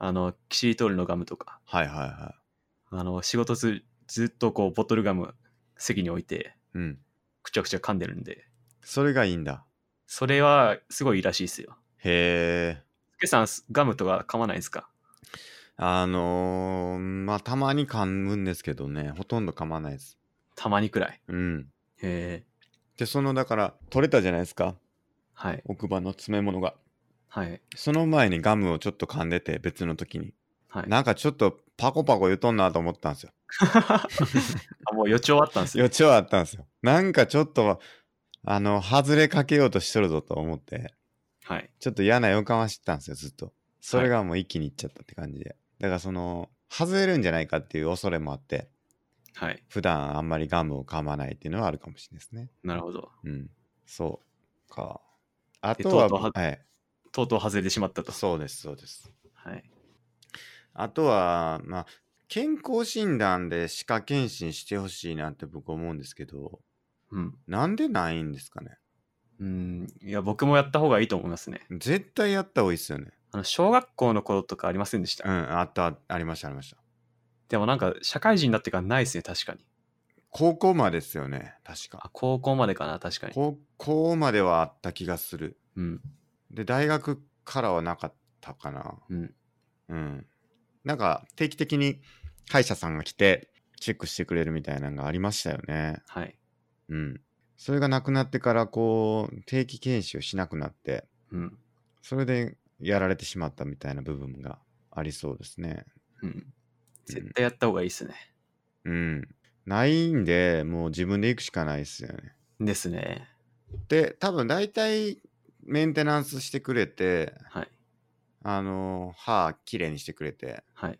あの、キシリトールのガムとか、
はいはいは
あの、仕事ずずっとこう、ボトルガム、席に置いて、
い。うん。
くちゃくちゃ噛んでるんで、
それがいいんだ。
それはすごいいいらしいですよ。
へえ。
スケさん、ガムとか噛まないですか
あのー、まあたまに噛むんですけどね、ほとんど噛まないです。
たまにくらい。
うん。
へえ。
で、そのだから、取れたじゃないですか。
はい。
奥歯の詰め物が。
はい。
その前にガムをちょっと噛んでて、別の時に。
はい。
なんかちょっとパコパコ言うとんなと思ったんですよ。
あもう予兆あったんですよ。
予兆あったんですよ。なんかちょっと、あの、外れかけようとしとるぞと思って、
はい。
ちょっと嫌な予感はしてたんですよ、ずっと。それがもう一気にいっちゃったって感じで。だからその、外れるんじゃないかっていう恐れもあって、
はい。
普段あんまりガムを噛まないっていうのはあるかもしれないですね。
なるほど。
うん。そうか。あ
で
とは、
とうとうは
はい。
とうとう外れてしまったと。
そうです、そうです。
はい。
あとは、まあ、健康診断で歯科検診してほしいなって僕思うんですけど、
うん。
なんでないんですかね
うん。いや、僕もやった方がいいと思いますね。
絶対やった方がいいですよね。
あの、小学校の頃とかありませんでした。
うん、あった、ありました、ありました。
でもなんか、社会人になってからないですね、確かに。
高校までですよね、確
あ
か。、
高校までかな、確かに。
高校まではあった気がする。
うん。
で、大学からはなかったかな。
うん。
うん。なんか、定期的に歯医者さんが来て、チェックしてくれるみたいなのがありましたよね。
はい。
うん。それがなくなってから、こう、定期検診をしなくなって、
うん。
それでやられてしまったみたいな部分がありそうですね。
うん。絶対やった方がいいですね。
うん。ないんで、もう自分で行くしかないですよね。
ですね。
で多分大体メンテナンスしてくれて
はい。
あの歯きれいにしてくれて、
はい。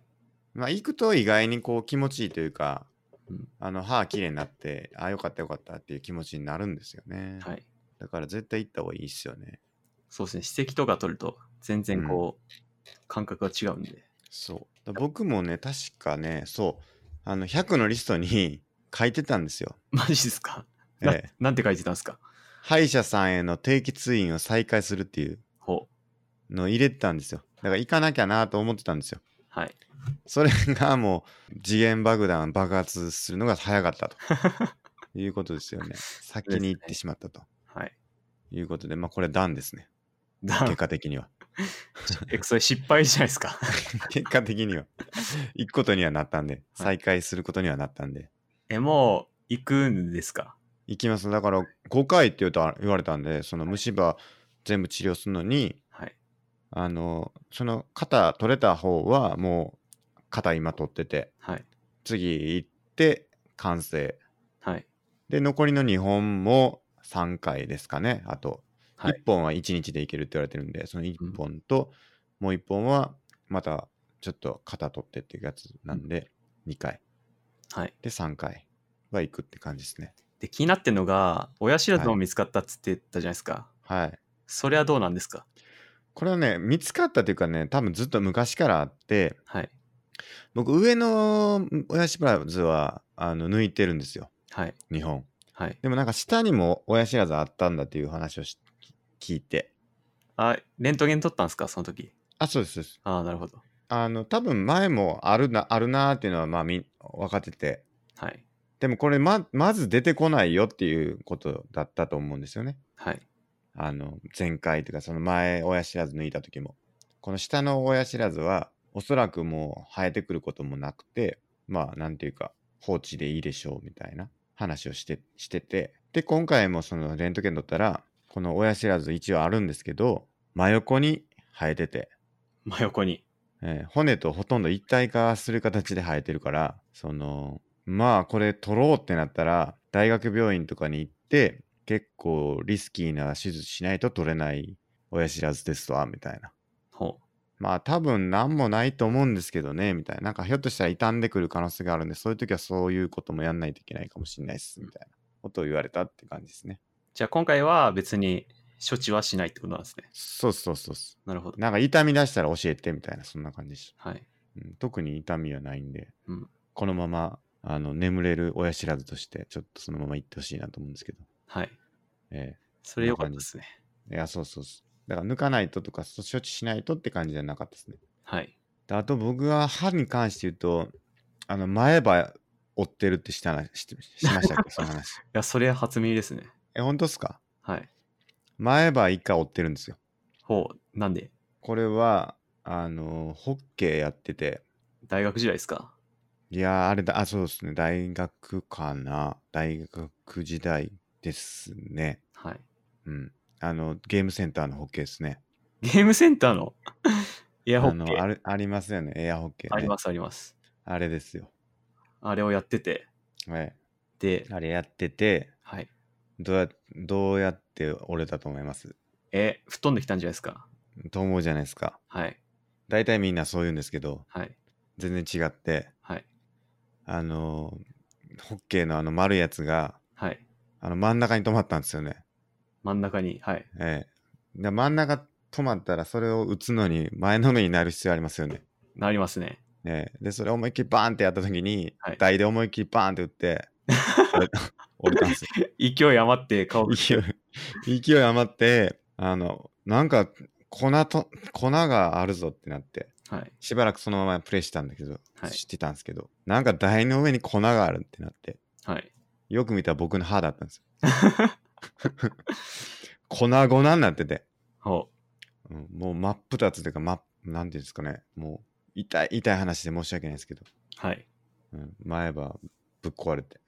まあ、行くと意外にこう気持ちいいというか、
うん
あの歯きれいになってあよかったよかったっていう気持ちになるんですよね、
はい。
だから絶対行った方がいいっすよね
そうですね。指摘とか取ると、全然こう、感覚が違うんで。
そうだ僕もね確かねそうあの100のリストに 書いてたんですよ、
マジですか な,、
ええ、
なんて書いてたんですか
歯医者さんへの定期通院を再開するっていう
ほ
のを入れてたんですよだから行かなきゃなと思ってたんですよ
う。はい。
それがもう次元爆弾爆発するのが早か ったということですよね。先に行ってしまったと
はい。
いうことで、まあこれは段ですね。
だ
結果的に は。
えそれ失敗じゃないですか。
結果的には。行くことにはなったんで、
はい
再開することにはなったんで。
え、もう行くんですか
行きます。だから5回って言うと言われたんで、その虫歯全部治療するのに、
はい。
あの、その肩取れた方はもう肩今取ってて、
はい。
次行って完成。
はい。
で、残りの2本も3回ですかね。あと、
はい
1本は1日でいけるって言われてるんで、その1本と、もう1本はまたちょっと肩取ってっていうやつなんで、2回。
はい。
で、3回は行くって感じですね。
で、気になってんのが、親知らずも見つかったっつってたじゃないですか。
はい。
それはどうなんですか
これはね、見つかったというかね、多分ずっと昔からあって、
はい。
僕、上の親知らずはあの抜いてるんですよ、
はい。
2本。
はい。
でもなんか下にも親知らずあったんだっていう話をし聞いて、
あ、レントゲン取ったんですかその時。
あ、そうです、そうです。
ああ、なるほど。
あの多分前もあるなあるなーっていうのはまあみ分かってて
はい。
でもこれままず出てこないよっていうことだったと思うんですよね
はい。
あの前回というかその前親知らず抜いた時もこの下の親知らずはおそらくもう生えてくることもなくてまあなんていうか放置でいいでしょうみたいな話をしてしててで今回もそのレントゲン取ったらこの親知らず一応あるんですけど真横に生えてて
真横に。
えー骨とほとんど一体化する形で生えてるからそのまあこれ取ろうってなったら大学病院とかに行って結構リスキーな手術しないと取れない親知らずですわみたいな
ほ
まあ多分何もないと思うんですけどね、みたいな。なんかひょっとしたら傷んでくる可能性があるんで、そういう時はそういうこともやんないといけないかもしれないです、みたいなことを言われたって感じですね。
じゃあ今回は別に処置はしないってことなんですね。
そうそうそうそ
なるほど
う。。なんか痛み出したら教えて、みたいな、そんな感じでした。
はい。
うん特に痛みはないんで、
うん
このままあの眠れる親知らずとしてちょっとそのまま行ってほしいなと思うんですけど、
はい。
え
それ良かったですね。
えいやそうそうそうだから抜かないととかそ処置しないとって感じじゃなかったですね
はい。
であと僕は歯に関して言うとあの前歯折ってるってしたなししましたっ けその話
いや、それは初耳ですね。
え本当っすか
はい。
前歯一回折ってるんですよ
ほう、なんで
これはあのホッケーやってて
大学時代ですか
いやーあれだあそうですね大学かな大学時代ですね
はい。
うん。あの、ゲームセンターのホッケーですね。
ゲームセンターの エアホ
あ
ッケ
の
ー
あるありますよね、エアホッケー、ね。
ありますあります。
あれですよ。
あれをやってて、
はい。
で、
あれやってて、
はい。
どうやどうやって折れたと思います
え、吹っ飛んできたんじゃないですか
と思うじゃないですか。
はい。
大体みんなそう言うんですけど、
はい。
全然違って、
はい。
あのー、ホッケーのあの丸いやつが、
はい。
あの真ん中に止まったんですよね。
真ん中に、はい。
ええ。で真ん中止まったら、それを打つのに前のめりになる必要ありますよね。
なりますね。
ねえ、で、それ思いっきりバーンってやったときに、
はい
台で思いっきりバーンって打って、 折れた折れたんですよ。
勢い余って顔、
勢い、勢い余って、あの、なんか、粉と、粉があるぞってなって、
はい。
しばらくそのままプレイしたんだけど、
はい
知ってたんですけど、なんか台の上に粉があるってなって、
はい。
よく見たら僕の歯だったんですよ。 粉々になってて、
ほ
うんもう真っ二つというか、真っ、なんていうんですかね、もう、痛い、痛い話で申し訳ないですけど、
う。はい。
うん、前歯ぶっ壊れて、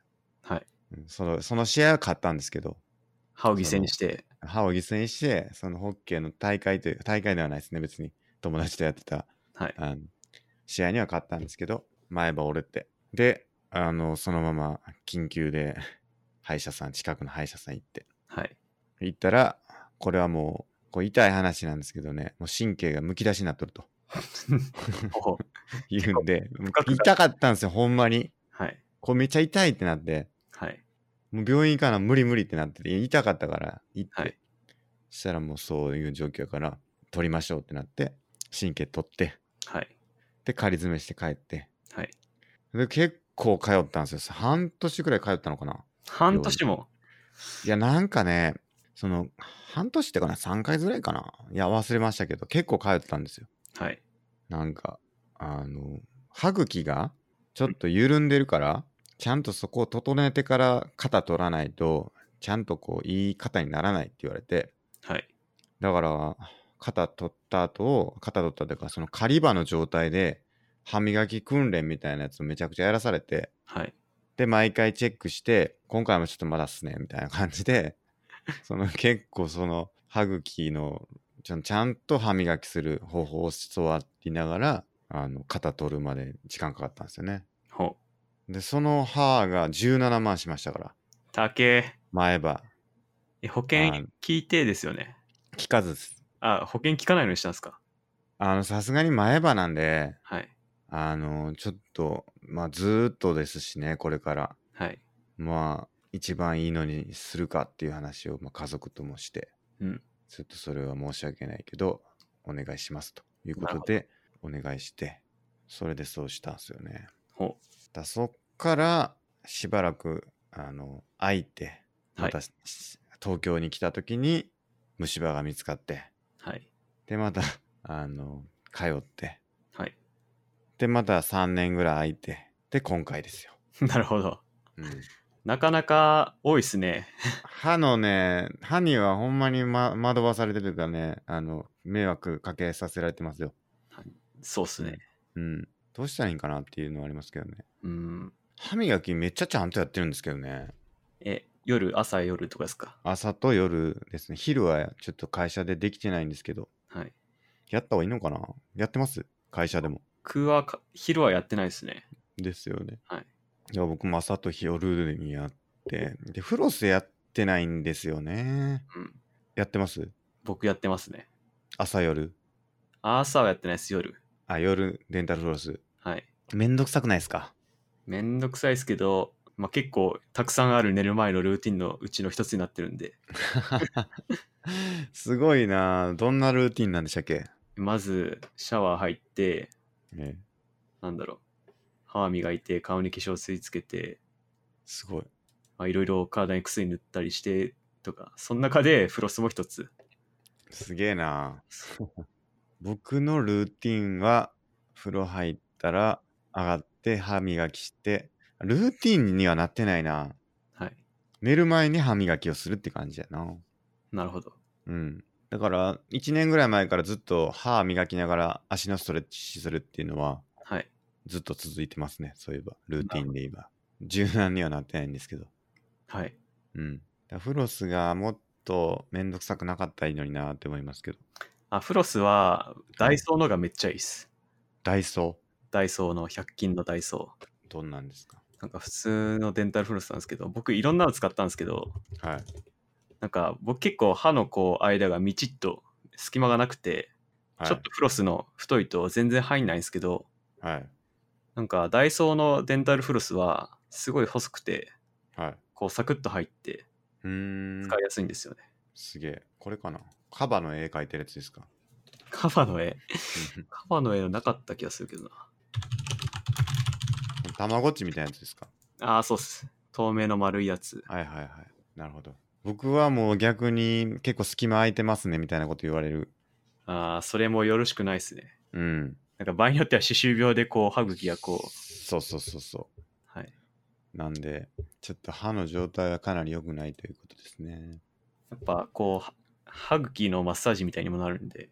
はい。
うんそのその試合は勝ったんですけど
歯を犠牲にして、
歯を犠牲にしてそのホッケーの大会という大会ではないですね別に友達とやってた
はい。
あの試合には勝ったんですけど前歯折れてであのそのまま緊急で歯医者さん近くの歯医者さん行って
はい。
行ったらこれはもうこう痛い話なんですけどねもう神経がむき出しになっとる と
ほう。
言うんでもう
深くな
痛かったんですよほんまに
はい。
これめっちゃ痛いってなって
はい。
もう病院行かな無理無理ってなってて痛かったから行って、
はい
そしたらもうそういう状況やから取りましょうってなって神経取って
はい。
で仮詰めして帰って
はい。
で結構通ったんですよ半年くらい通ったのかな
半年も。
いやなんかねその半年ってかな3回ぐらいかないや忘れましたけど結構通ってたんですよ
はい。
なんかあの歯茎がちょっと緩んでるからちゃんとそこを整えてから肩取らないとちゃんとこういい肩にならないって言われて
はい。
だから肩取った後肩取ったというかその狩り場の状態で歯磨き訓練みたいなやつをめちゃくちゃやらされて
はい。
で毎回チェックして今回もちょっとまだっすねみたいな感じでその結構その歯茎のちゃんちゃんと歯磨きする方法を教わりながらあの肩取るまで時間かかったんですよね
ほう。
でその歯が17万しましたから
たけ。
前歯
え保険聞いてですよね。
聞かずです
あ、保険聞かないようにしたんですか
あのさすがに前歯なんで
はい。
あの、ちょっと、まあ、ずーっとですしね、これから。
はい。
まあ、一番いいのにするかっていう話を、まあ、家族ともして、
うん
ちょっとそれは申し訳ないけど、お願いしますということで、お願いして、それでそうしたんですよね。
ほ
だそっから、しばらく、あの、空いて、
う。
ま
はい
た。、東京に来た時に、虫歯が見つかって、
はい。
で、また、あの、通って、
はい。
で、また3年ぐらい空いて、で、今回ですよ。
なるほど。
うん
なかなか多いっすね。
歯のね、歯にはほんまに、ま、惑わされてるというかね、あの、迷惑かけさせられてますよ。
そうっすね。
うん。どうしたらいいんかなっていうのはありますけどね。
うん。
歯磨きめっちゃちゃんとやってるんですけどね。
え、夜、朝、夜とかですか
朝と夜ですね。昼はちょっと会社でできてないんですけど、
はい。
やった方がいいのかなやってます会社でも。
僕はか、昼はやってないですね。
ですよね。
はい。
いや、僕も朝と夜にやって、で、フロスやってないんですよね。
うん。
やってます
僕やってますね。
朝夜。
朝はやってないです、夜。
あ、夜、レンタルフロス。
はい。
めんどくさくないですか
めんどくさいですけど、まあ、結構たくさんある寝る前のルーティンのうちの一つになってるんで、
すごいなどんなルーティンなんでしたっけ、
まずシャワー入って、
ね、
なんだろう、歯磨いて、顔に化粧水つけて、
すごい。
まあ、いろいろ体に薬塗ったりしてとか、その中でフロスも一つ。
すげえな僕のルーティンは、風呂入ったら、上がって、歯磨きして、ルーティンにはなってないな
はい。
寝る前に歯磨きをするって感じやな。
なるほど。
うん。だから、1年ぐらい前からずっと歯磨きながら足のストレッチするっていうのは、
はい。
ずっと続いてますね。そういえば、ルーティンで言えば。柔軟にはなってないんですけど。
はい。
うん。だからフロスがもっとめんどくさくなかったらいいのになって思いますけど。
あ、フロスはダイソーのがめっちゃいいです。
ダイソ
ダイソーの100均のダイソー。
ー、どんなんですか
なんか普通のデンタルフロスなんですけど、僕いろんなの使ったんですけど、
はい。
なんか僕結構歯のこう間がみちっと隙間がなくて、
はい、
ちょっとフロスの太いと全然入んないんですけど、
はい。
なんかダイソーのデンタルフロスはすごい細くて、
はい。
こうサクッと入って
うーん。
使いやすいんですよね。
すげえ。これかなカバの絵描いてるやつですか
カバの絵、
うん
カバの絵なかった気がするけどな。
たまごっちみたいなやつですか
ああ、そうっす。透明の丸いやつ。
はいはいはい。なるほど。僕はもう逆に結構隙間空いてますねみたいなこと言われる。
ああ、それもよろしくないっすね。
うん。
なんか場合によっては歯周病でこう歯茎がこう、
そうそうそうそう。
はい。
なんで、ちょっと歯の状態はかなり良くないということですね。
やっぱこう、は歯茎のマッサージみたいにもなるんで、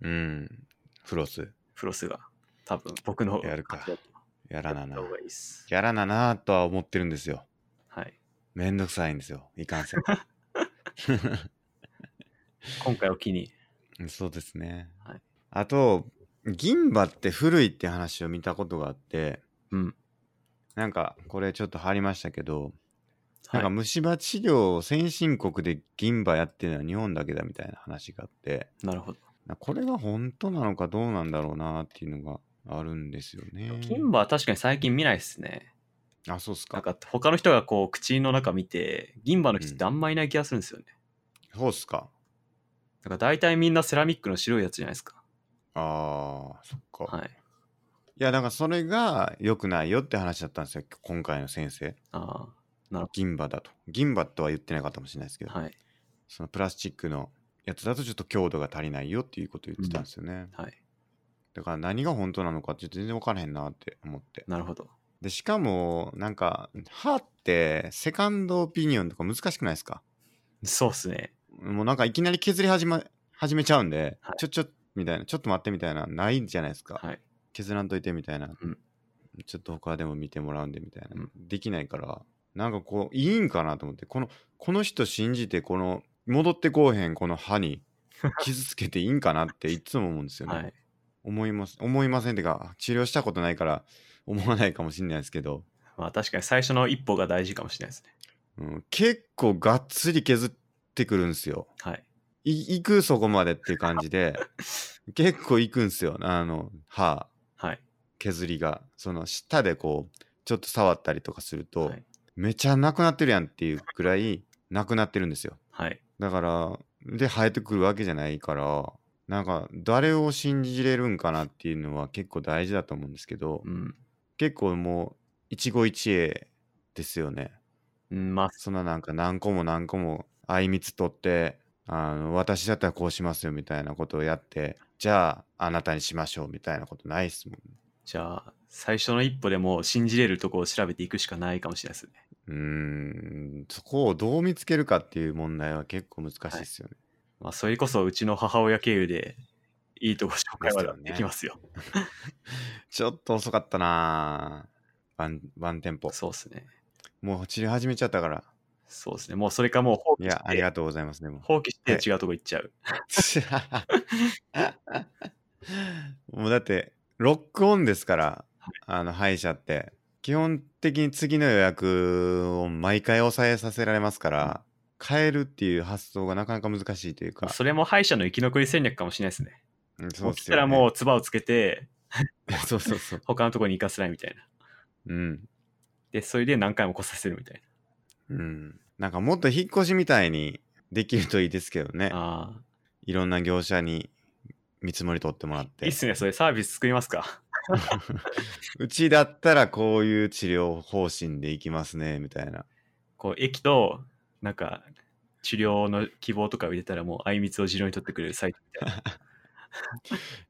うん。フロス、
フロスが。多分僕の
やるか
やっ
やら
た
なな
方。がいいっす。
やらななとは思ってるんですよ。
はい。
めんどくさいんですよ。いかんせん。
今回を機に。
うんそうですね。
はい
あと、銀歯って古いって話を見たことがあって、
うん。
なんかこれちょっと貼りましたけど、
はい、
なんか虫歯治療を先進国で銀歯やってるのは日本だけだみたいな話があって、
なるほど。
なこれが本当なのかどうなんだろうなっていうのがあるんですよね。
金歯は確かに最近見ないっすね。
あ、そうっす
なん
か。
か他の人がこう口の中見て、銀歯の人ってあんまいない気がするんですよね。
そうっすか。
だから大体みんなセラミックの白いやつじゃないですか。
ああ、そっか。い、
はい。
や、だからそれが良くないよって話だったんですよ、今回の先生。
あ
銀歯だと。銀歯とは言ってなかったかもしれないですけど、
あ、はい。
そのプラスチックのやつだとちょっと強度が足りないよっていうことを言ってたんですよね。
はい。
だから何が本当なのかちょっと全然分からへんなって思って。
なるほど。
で、しかも、なんか、歯ってセカンドオピニオンとか難しくないですか
そうっすね。
もうなんかいきなり削り始め始めちゃうんで、
はい
ちょちょみたいな、ちょっと待ってみたいな、ないじゃないですか。
はい。
削らんといてみたいな、
うん
ちょっと他でも見てもらうんでみたいな、
うん
できないからなんかこういいんかなと思ってこのこの人信じてこの戻ってこうへんこの歯 に傷つけていいんかなっていつも思うんですよね、
はい。
思います思いませんってか治療したことないから思わないかもしれないですけど、
まあ確かに最初の一歩が大事かもしれないですね。
うん、結構がっつり削ってくるんですよ
はい。
い行くそこまでっていう感じ で結構行くんですよあの歯
はい。
削りがその舌でこうちょっと触ったりとかすると、
はい
めちゃなくなってるやんっていうくらいなくなってるんですよ
はい。
だからで生えてくるわけじゃないからなんか誰を信じれるんかなっていうのは結構大事だと思うんですけど、
うん。
結構もう一期一会ですよね
うんまあ、
そんななんか何個も何個もあいみつ取ってあの私だったらこうしますよみたいなことをやってじゃああなたにしましょうみたいなことないっすもん
じゃあ最初の一歩でもう信じれるとこを調べていくしかないかもしれないですね。
うーんそこをどう見つけるかっていう問題は結構難しいですよね。
まあそれこそうちの母親経由でいいとこ紹介はできますよ。
ちょっと遅かったなぁ。ワンワンテンポ。
そうですね。
もう治療始めちゃったから。
そうですね。もうそれかもう放
い
棄
や、あり
して、
がとうございますね。もう
放棄して違うとこ行っちゃう。
もうだって、ロックオンですから
は、
あの歯医者って。基本的に次の予約を毎回抑えさせられますから、変えるっていう発想がなかなか難しいというか。
それも歯医者の生き残り戦略かもしれないですね。
うんそう
そ
っ
し
す
た
よ
ら
ね
もう唾をつけて、
そうそうそう。
他のところに行かせないみたいな。
うん。
で、それで何回も来させるみたい
うん。なんかもっと引っ越しみたいにできるといいですけどね
な。。あ
いろんな業者に見積もり取ってもらっ
あ。いい
て
っ。すね、それサービス作りますか。
うちだったらこういう治療方針でいきますね、みたいな。
こう、駅と、なんか、治療の希望とかを入れたらもう、あいみつを自動に取ってくれるサイトみたいな。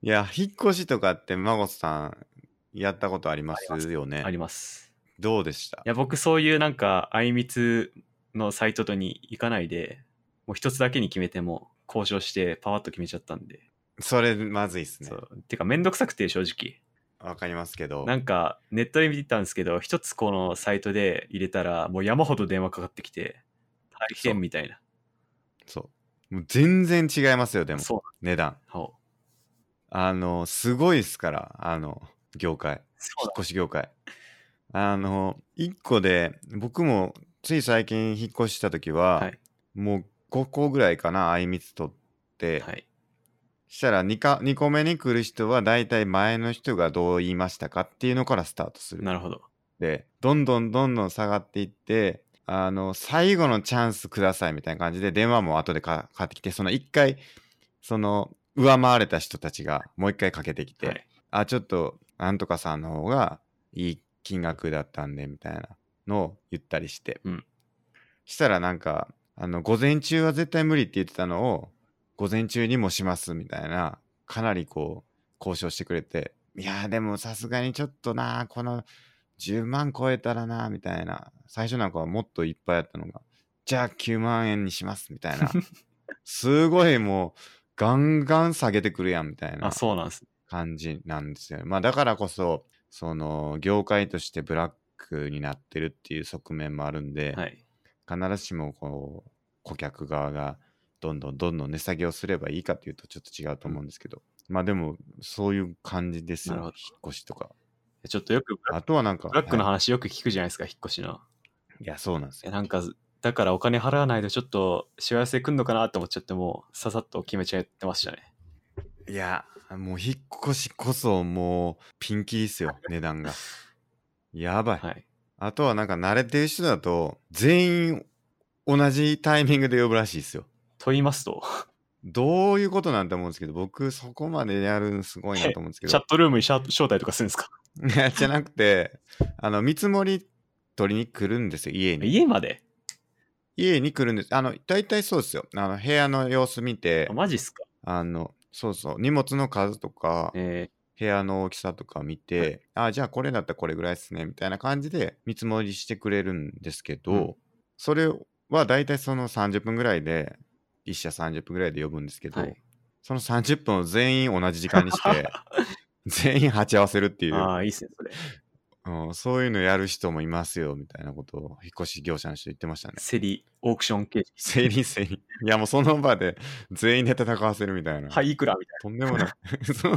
いや、引っ越しとかって、孫さん、やったことありますよね
あ。ります。
どうでした
いや、僕そういうなんか、あいみつのサイトとに行かないで、もう一つだけに決めても、交渉してパワッと決めちゃったんで。
それ、まずいっすね
そ。う。てか、めんどくさくて、正直。
わかりますけど。
なんか、ネットで見てたんですけど、一つこのサイトで入れたら、もう山ほど電話かかってきて、大変みたいな。
そう。もう全然違いますよ、でも、
そう
値段。
そう
あの、すごいっすから、あの、業界。
そう
引っ
だ
越し業界。あの、1個で、僕もつい最近引っ越した時は、
はい
もう5個ぐらいかな、あいみつ取って、
はい。
したら 2, か2個目に来る人は、大体前の人がどう言いましたかっていうのからスタートする。
なるほど。
で、どんどんどんどん下がっていって、あの、最後のチャンスくださいみたいな感じで、電話も後でかかかってきて、その1回、その、上回れた人たちがもう1回かけてきて、
はい。
あ、ちょっと、なんとかさんの方がいい金額だったんで、みたいなのを言ったりして。
うん
したら、なんか、あの、午前中は絶対無理って言ってたのを、午前中にもします、みたいな、かなりこう、交渉してくれて、いやー、でもさすがにちょっとなー、この10万超えたらなー、みたいな。最初なんかはもっといっぱいあったのが、じゃあ9万円にします、みた いな。すごいもう、ガンガン下げてくるやん、みたいな
あ、。そうなんです。
感じなんですよね。まあだからこそその業界としてブラックになってるっていう側面もあるんで、
はい。
必ずしもこう顧客側がどんどんどんどん値下げをすればいいかというとちょっと違うと思うんですけど、まあでもそういう感じですよ
なる
引
ほ
っ越しとか。
ちょっとよくブラック
あとはなんか
ブラックの
は
話よく聞くじゃないですか、引っ越しの。
い、いやそうなんです
え
よ。
なんか、だからお金払わないとちょっと幸せくんのかなと思っちゃって、もうささっと決めちゃってましたね。
いやもう引っ越しこそもうピンキリですよ値段 が。やばい。
はい。
あとはなんか慣れてる人だと全員同じタイミングで呼ぶらしいですよ。
と言いますと、
どういうことなんて思うんですけど、僕そこまでやるのすごいなと思うんですけ
チャ
ど
ッ、トルームにシャ招待とかするんですか
い やじゃなくて、あの、見積もり取りに来るんですよ、家に。
家まで
家に来るんです。あの、大体そうですよ。あの、部屋の様子見て
あ、マジっすか
あの、そうそう、荷物の数とか、
え
部屋の大きさとか見て、あ、じゃあこれだったらこれぐらいですね、みたいな感じで見積もりしてくれるんですけど、
うん
それは大体その30分ぐらいで、一社30分ぐらいで呼ぶんですけ
ー
ど、
はい、
その30分を全員同じ時間に して、全員鉢合わせるっていう、
ああ、いいっすね、それ。
うん、そういうのやる人もいますよみたいなことを引っ越し業者の人言ってましたね。
競り、オークション形式。
整理整理。いやもうその場で全員で戦わせるみたいな。
はい、いくらみたい
とんでもない。 そう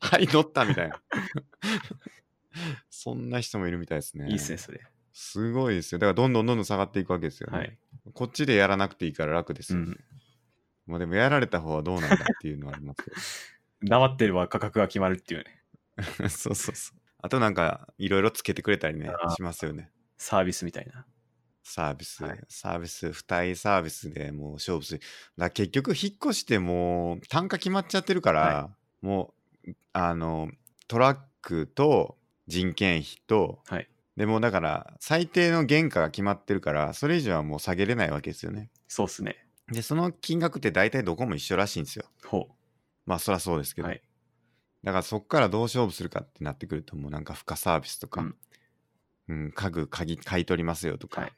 はい、乗ったみたいな。 そんな人もいるみたいですね。
な。いいっすね、。それ。
すごいですよ。だからどんどんどんどん下がっていくわけですよね。
はい。
こっちでやらなくていいから楽ですよね。
うん
まあでもやられた方はどうなんだっていうのはありますけど。
黙ってれば価格が決まるっていうね、
そうそうそう。あとなんか、いろいろつけてくれたりね
あ、ー
しますよね。
サービスみたいな。
サービス、
はい
サービス、付帯サービスでもう勝負する。だから結局、引っ越してもう単価決まっちゃってるから、
は
もう、あの、トラックと人件費と、
はい。
でもうだから、最低の原価が決まってるから、それ以上はもう下げれないわけですよね。
そうっすね。
で、その金額って大体どこも一緒らしいんですよ。
ほ
まあ、そりゃそうです
う。
けど。
はい。
だからそこからどう勝負するかってなってくるともうなんか付加サービスとか、
う
うんん家具鍵買い取りますよとか、
はい。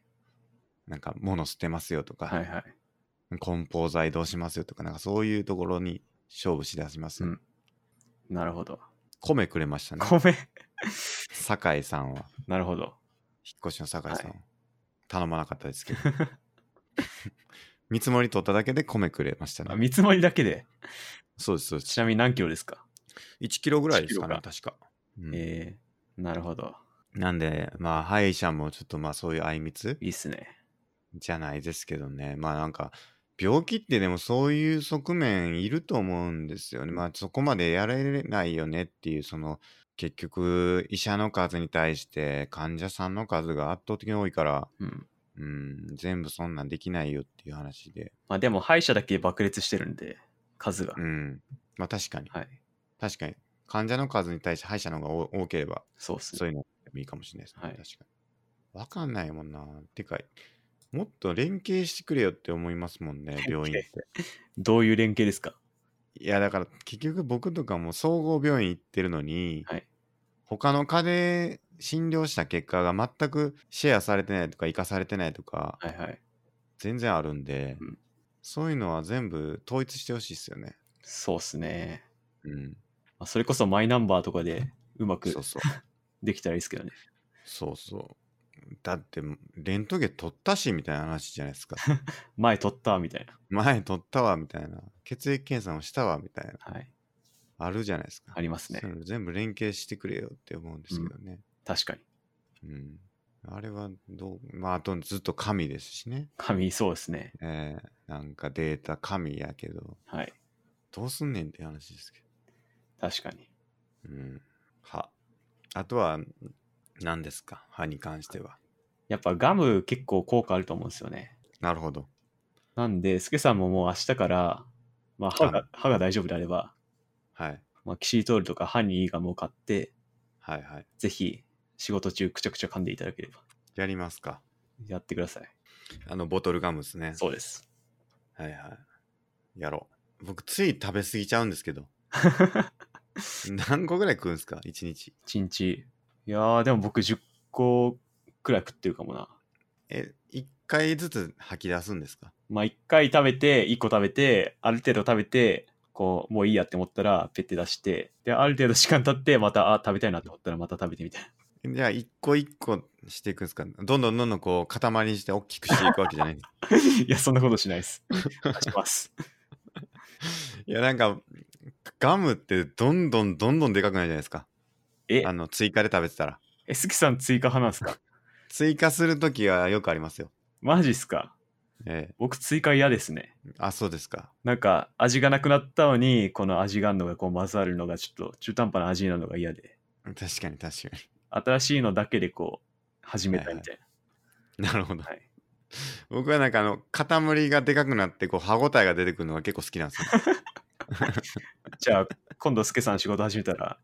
なんか物捨てますよとか、
はいはい。
梱包材どうしますよとかなんかそういうところに勝負しだします、
うんなるほど。
米くれましたね
米。
酒井さんは
なるほど。
引っ越しの酒井さんは、
は
頼まなかったです けど見積もり取っただけで米くれました
あ
ね
見積もりだけで、
そうですそうです
ちなみに何キロですか、
1キロぐらいですかね
1
確か、うん
えー、なるほど。
なんでまあ歯医者もちょっとまあそういうあいみつ
いいっすね。
じゃないですけどねまあなんか病気ってでもそういう側面いると思うんですよね。まあそこまでやられないよねっていうその結局医者の数に対して患者さんの数が圧倒的に多いから、
うん。
うん、全部そんなんできないよっていう話で。
まあでも、歯医者だけ爆裂してるんで、数が。
うん。まあ確かに。
はい。
確かに。患者の数に対して歯医者の方が多多ければ、
そうっす
そ
ね。
ういうのでもいいかもしれないですね。
はい
確かに。わかんないもんな。てか、もっと連携してくれよって思いますもんね、病院って。
どういう連携ですか
いや、だから結局僕とかも総合病院行ってるのに、
はい
他の科で診療した結果が全くシェアされてないとか、生かされてないとか、
はいはい。
全然あるんで、
うん
そういうのは全部統一してほしいですよね。
そうっすね。
うん。
まあ、それこそマイナンバーとかでうまく
そうそう。
できたらいいですけどね。
そうそう。だって、レントゲン取ったしみたいな話じゃない ですか。
前取ったみたいな。
前取ったわみたいな。血液検査もしたわみたいな。
はい。
あるじゃないですか。
ありますね
そう。いうの全部連携してくれよって思うんですけどね。
確かに。
うん。あれはどう、まあ、あとずっと神ですしね。
紙、そうですね。
えー、なんかデータ神やけど、
はい。
どうすんねんって話ですけ
確かに。
ど。うん。歯。あとは、何ですか歯に関しては。
やっぱガム結構効果あると思うんですよね。
なるほど。
なんで、スケさんももう明日から、まあ、歯
ガ
が歯が大丈夫であれば、
はい。
まあ、キシリトールとか歯にいいガムを買って、
はいはい。
ぜひ仕事中くちゃくちゃ噛んでいただければ
やりますか。
やってください。
あの、ボトルガムですね。
そうです。
はいはい。やろう。僕、つい食べ過ぎちゃうんですけど。何個ぐらい食うんですか一日。
1日。いやー、でも僕10個くらい食ってるかもな。
え、一回ずつ吐き出すんですか
まあ、1回食べて、1個食べて、ある程度食べて、こう、もういいやって思ったら、ペッて出して、で、ある程度時間経って、また、あ、食べたいなって思ったら、また食べてみたいな。
じゃあ、一個一個していくんですかどんどんどんどんこう、塊にして大きくしていくわけじゃ ないんですか
いや、そんなことしないです。します。
いや、なんか、ガムってどんどんどんどんでかくなるじゃないですか。
え
あの、追加で食べてたら。
え、すきさん追加派なんですか
追加するときはよくありますよ。
マジっすか
え
僕追加嫌ですね。
えあ、そうですか。
なんか味がなくなったのに、この味があるのがこう混ざるのがちょっと中途半端な味なのが嫌で、
確かに確か
新しいのだけでこう始めたみたい
に。 なるほど。
な。はい
僕はなんかあの、塊がでかくなって、こう、歯応えが出てくるのが結構好きなんで すよ。
じゃあ今度スケさん仕事始めたら、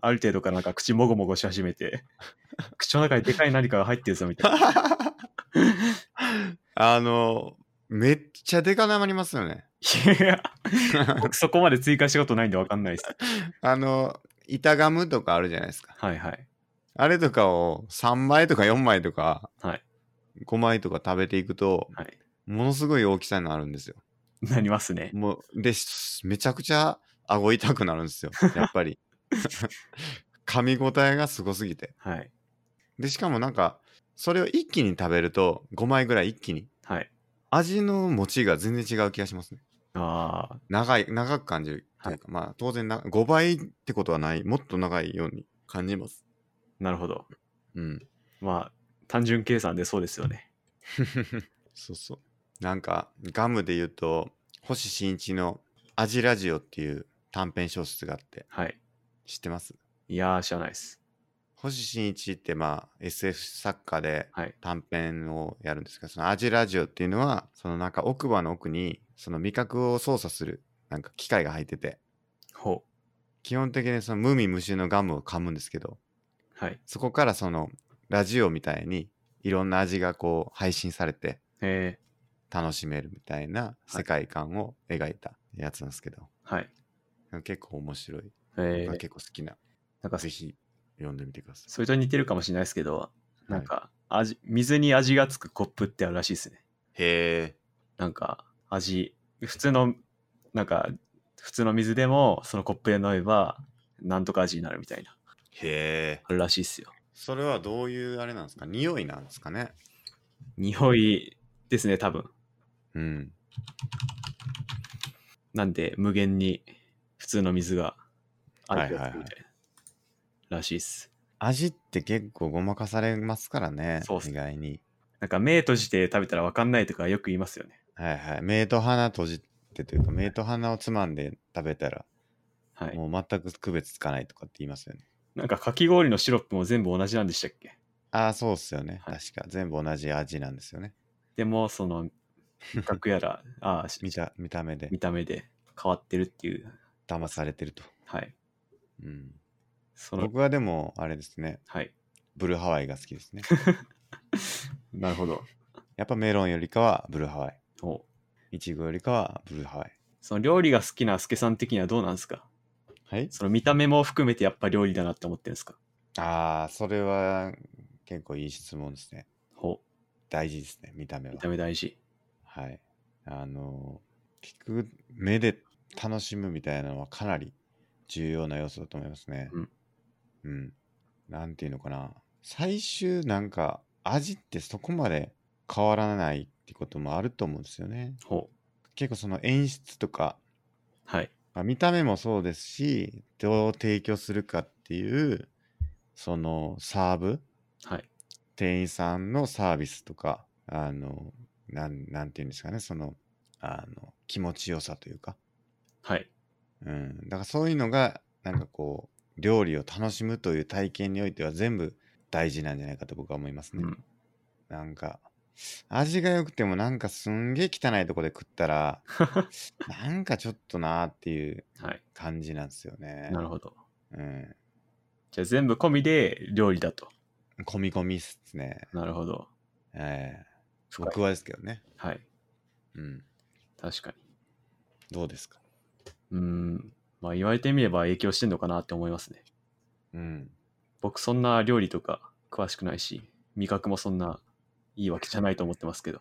ある程度からなんか口もごもごし始めて、口の中にでかい何かが入ってるぞみたいな。
あの、めっちゃでかなまりますよね。
いや、僕 そこまで追加したことないんでわかんないです。
あの、板ガムとかあるじゃないですか。
はいはい。
あれとかを3枚とか4枚とか、
はい
5枚とか食べていくと、
はい。
ものすごい大きさになるんですよ。
なりますね。
もう、で、しめちゃくちゃ顎痛くなるん ですよ。やっぱり。噛み応えがすごすぎて。
はい。
で、しかもなんか、それを一気に食べると、5枚ぐらい一気に。
はい。
味の持ちが全然違う気がしますね。
ああ、
長い、長く感じるというか、まあ当然な、5倍ってことはない、もっと長いように感じます。
なるほど。
うん。
まあ、単純計算でそうですよね。
そうそう。なんか、ガムで言うと、星新一のアジラジオっていう短編小説があって、
はい。
知ってます
いやー、知らないです。
星新一ってまあ SF 作家で
はい。
短編をやるんですけど、そのアジラジオっていうのは、そのなんか奥歯の奥に、その味覚を操作する、なんか機械が入ってて、
ほ
基本的にその無味無臭のガムを噛むんですけど、
う。はい。
そこからそのラジオみたいにいろんな味がこう配信されて
え
楽しめるみたいな世界観を描いたやつなんですけど、
ー、はい。
結構面白い、
え
僕は
ー、
結構好きな、
なんか
ぜ、ひ読んでみてください。
それと似てるかもしれないですけど、なん
は
か、味、水に味がつくコップってあるらしいですね。
い、へ
なんか、味、普通の、なんか、普通の水でも、そのコップで飲めば、なんとか味になるみたいな、
え、へえ。
あるらしいっすよ。
それはどういうあれなんですか匂いなんですかね
匂いですね、多分。
うん。
なんで、無限に、普通の水が、あるみたいな、
はいはいはい
らしいっす。
味って結構ごまかされますからね、
そうっす
意外に。
なんか、目閉じて食べたら分かんないとかよく言いますよね。
えはいはい。目と鼻閉じてというか、目と鼻をつまんで食べたら、
はい。
もう全く区別つかないとかって言いますよね。
なんかかき氷のシロップも全部同じなんでしたっけ
ああ、そうっすよね。
はい
確か。全部同じ味なんですよね。
でも、その、味覚やら、 あし
見た見た目で
見た目で変わってるっていう、
騙されてると。
はい。
うん、
その、
僕はでも、あれですね。
はい。
ブルーハワイが好き ですね。
なるほど。
やっぱメロンよりかはブルーハワイ。
おう
イチゴよりかはブルーハワイ。
その料理が好きなスケさん的にはどうなんですか
はい
その見た目も含めてやっぱ料理だなって思ってるんですか
ああ、それは結構いい質問ですね。
ほ
大事ですね、見た目
う
は
見。た目大事。
はい。あの、聞く目で楽しむみたいなのはかなり重要な要素だと思いますね。
うん。
うん。なんていうのかな。最終なんか味ってそこまで変わらないってこともあると思うんですよね。
ほう
結構その演出とか、
はい。
まあ、見た目もそうですし、どう提供するかっていう、そのサーブ、
はい。
店員さんのサービスとか、あの、なんなんていうんですかね、その、あの、気持ちよさというか、
はい。
うん。だからそういうのが、なんかこう、料理を楽しむという体験においては全部大事なんじゃないかと僕は思います
う
ね。
ん。
なんか、味が良くてもなんかすんげえ汚いとこで食ったら、 なんかちょっとなーっていう
はい。
感じなんですよね。
なるほど。
うん。
じゃあ全部込みで料理だと。
込み込みっすね。
なるほど。
ええ
深い
僕はですけどね。
はい。
うん。
確かに。
どうですか
うーん。まあ言われてみれば影響してんのかなって思いますね。
うん。
僕そんな料理とか詳しくないし、味覚もそんないいわけじゃないと思ってますけど。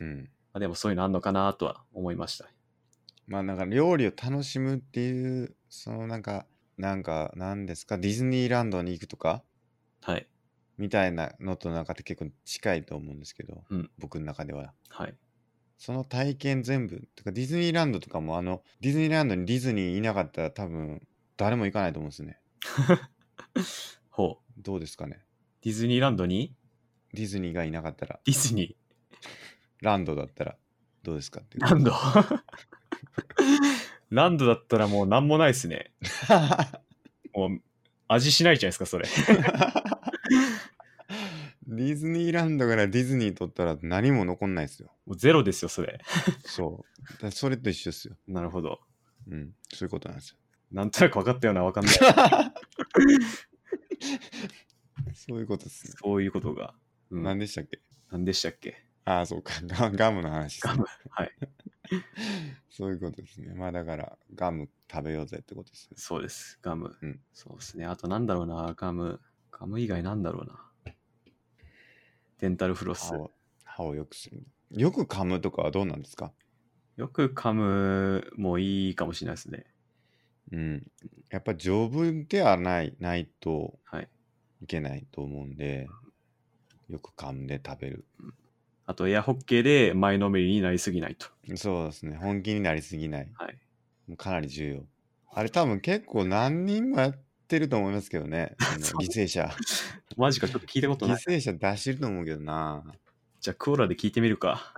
うん。
まあ、でもそういうのあんのかなとは思いました。
まあなんか料理を楽しむっていう、そのなんか、なんか、なんですか、ディズニーランドに行くとか、
はい。
みたいなのとなんかって結構近いと思うんですけど、
うん
僕の中では。
はい。
その体験全部、てかディズニーランドとかもあの、ディズニーランドにディズニーいなかったら多分、誰も行かないと思うんですね。
ほう。
どうですかね。
ディズニーランドに
ディズニーがいなかったら、
ディズニ
ランドだったら、どうですかってい
ー
う。
ランドランドだったらもう 何もないですね。もう味しないじゃないですか、それ。
ディズニーランドからディズニー取ったら何も残んないですよ。
もうゼロですよ、それ。
そう。だからそれと一緒ですよ。
なるほど。
うん。そういうことなんです よ。
なんとなく分かったような分かんない。
そういうことですね。
そういうことが。うん、
何でしたっけ
なんでしたっけ
ああ、そうか。ガガムの話ですね
ガムはい。
そういうことですね。まあだから、ガム食べようぜってことですね。
そうです、ガム。
うん
そうですね。あとなんだろうな、ガム。ガム以外なんだろうな。デンタルフロス
歯。を歯を良くする。よく噛むとかはどうなんですか
よく噛むもいいかもしれないですね。
うん。やっぱ丈夫ではない、ないと
はい。
いけないと思うんで、よく噛んで食べる。
あと、エアホッケーで前のめりになりすぎないと。
そうですね。本気になりすぎない。
はい。
もうかなり重要。あれ多分結構何人もやってると思いますけどね。あ
そ
の
う
犠牲者。
マジか、ちょっと聞いたこと
犠
ない。
牲者出してると思うけどな。
じゃあ、クオラで聞いてみる か。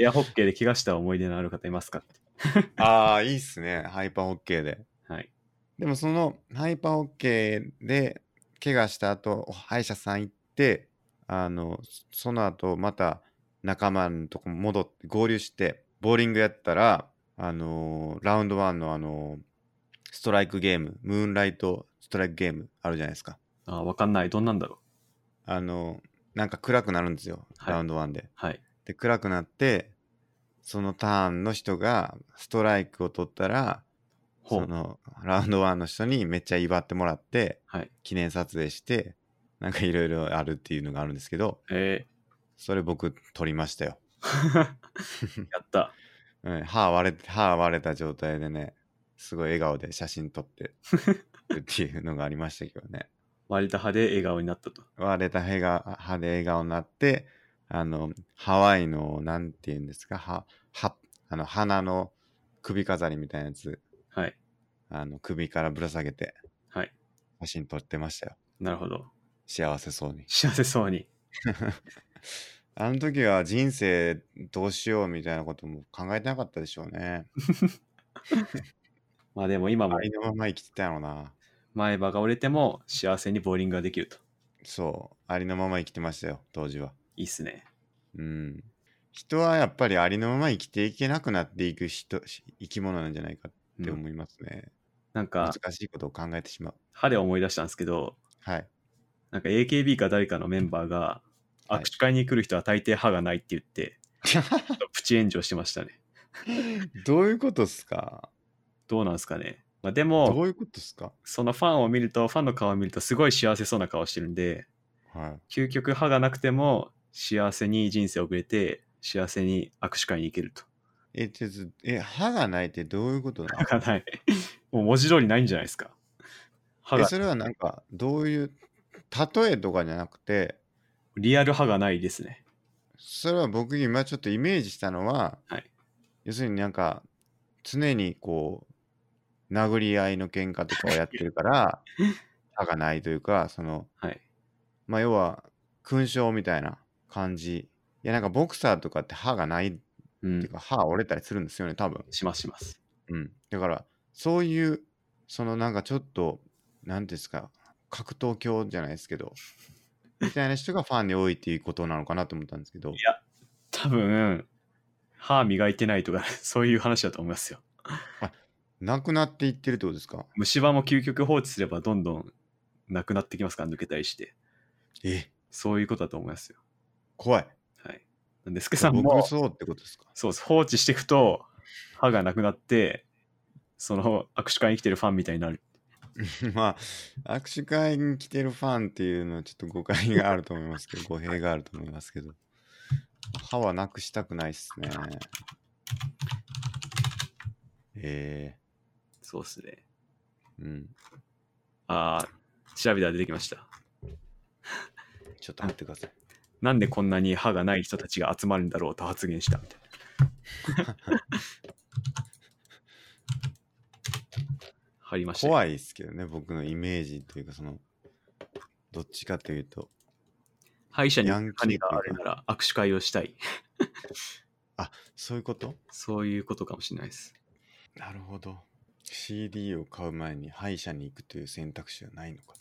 エアホッケーで怪我した思い出のある方いますかって
ああ、いいっすね。ハイパーホッケーで。
はい。
でもそのハイパーホッケーで怪我した後、お歯医者さん行って、あの、その後また仲間のとこ戻って合流して、ボーリングやったら、あのーラウンド1のあのーストライクゲーム、ムーンライトストライクゲームあるじゃないですか。
あー、わかんない。どんなんだろう。
あの、なんか暗くなるんですよ、
はい
ラウンド1で。
はい。
で、暗くなって、そのターンの人がストライクを取ったら、
ほ。
そうのラウンド1の人にめっちゃ威張ってもらって、
はい。
記念撮影して、なんかいろいろあるっていうのがあるんですけど、
え
それ僕撮りましたよ。
ー、やった。
うん、歯割れて、歯割れた状態でね、すごい笑顔で写真撮って るっていうのがありましたけどね。
割れた歯で笑顔になったと。
割れた歯が歯で笑顔になってあのハワイのなんて言うんですかははあの花の首飾りみたいなやつ
はい。
あの首からぶら下げて
はい。
写真撮ってましたよ
なるほど。
幸せそうに
幸せそうに。
あの時は人生どうしようみたいなことも考えてなかったでしょうね。
まあでも今も
ありのまま生きてたのな。
前歯が折れても幸せにボーリングができると。
そう、ありのまま生きてましたよ、当時は。
いいっすね。
うん。人はやっぱりありのまま生きていけなくなっていく人生き物なんじゃないかって
うん
思いますね。
なんか、
難しいことを考えてしまう。
歯で思い出したんですけど、
はい。
なんか AKB か誰かのメンバーが、
はい
握手会に来る人は大抵歯がないって 言って、ちょっとプチ炎上してましたね。
どういうことっすか
どうなんですかね。まあ、で
ど
も、
ういうことっすか
そのファンを見ると、ファンの顔を見ると、すごい幸せそうな顔してるんで、
はい。
究極歯がなくても幸せに人生を送れて、幸せに握手会に行けると。
え、ちょっと、え、歯がないってどういうことなの
歯がない。もう文字通りないんじゃないですか。歯
え
が、
それはなんかどういう例えとかじゃなくて
リアル歯がないですね。
それは僕今ちょっとイメージしたのは、
はい
要するになんか常にこう殴り合いの喧嘩とかをやってるから歯がないというかその
はい。
まあ要は勲章みたいな感じいやなんかボクサーとかって歯がないって
う。
いうんか歯折れたりするんですよね多分、
しますします。
うん、だからそういうそのなんかちょっと何ですか格闘狂じゃないですけどみたいな人がファンに多いっていうことなのかなと思ったんですけど
多分、歯磨いてないとか、 そういう話だと思いますよ。
なくなっていってるってことですか
虫歯も究極放置すればどんどんなくなってきますから、抜けたりして。
え
そういうことだと思いますよ。
怖い
はい。なんで、スケさんも
僕、そうってことですか
そうです放置していくと、歯がなくなって、その握手会に来てるファンみたいになる。
まあ握手会に来てるファンっていうのはちょっと誤解があると思います けど語弊があると思いますけど歯はなくしたくないっすねえ
そうですね。
ー、うん
あー、調べたら出てきました。
ちょっと待ってください
なんでこんなに歯がない人たちが集まるんだろうと発言したみたいな。 入りましたね、
怖いですけどね僕のイメージというかそのどっちかというと
歯医者に
ヤンキーってい
金
うか
があるなら握手会をしたい。
そういうこと
そういうことかもしれないです。
なるほど CD を買う前に歯医者に行くという選択肢はないのか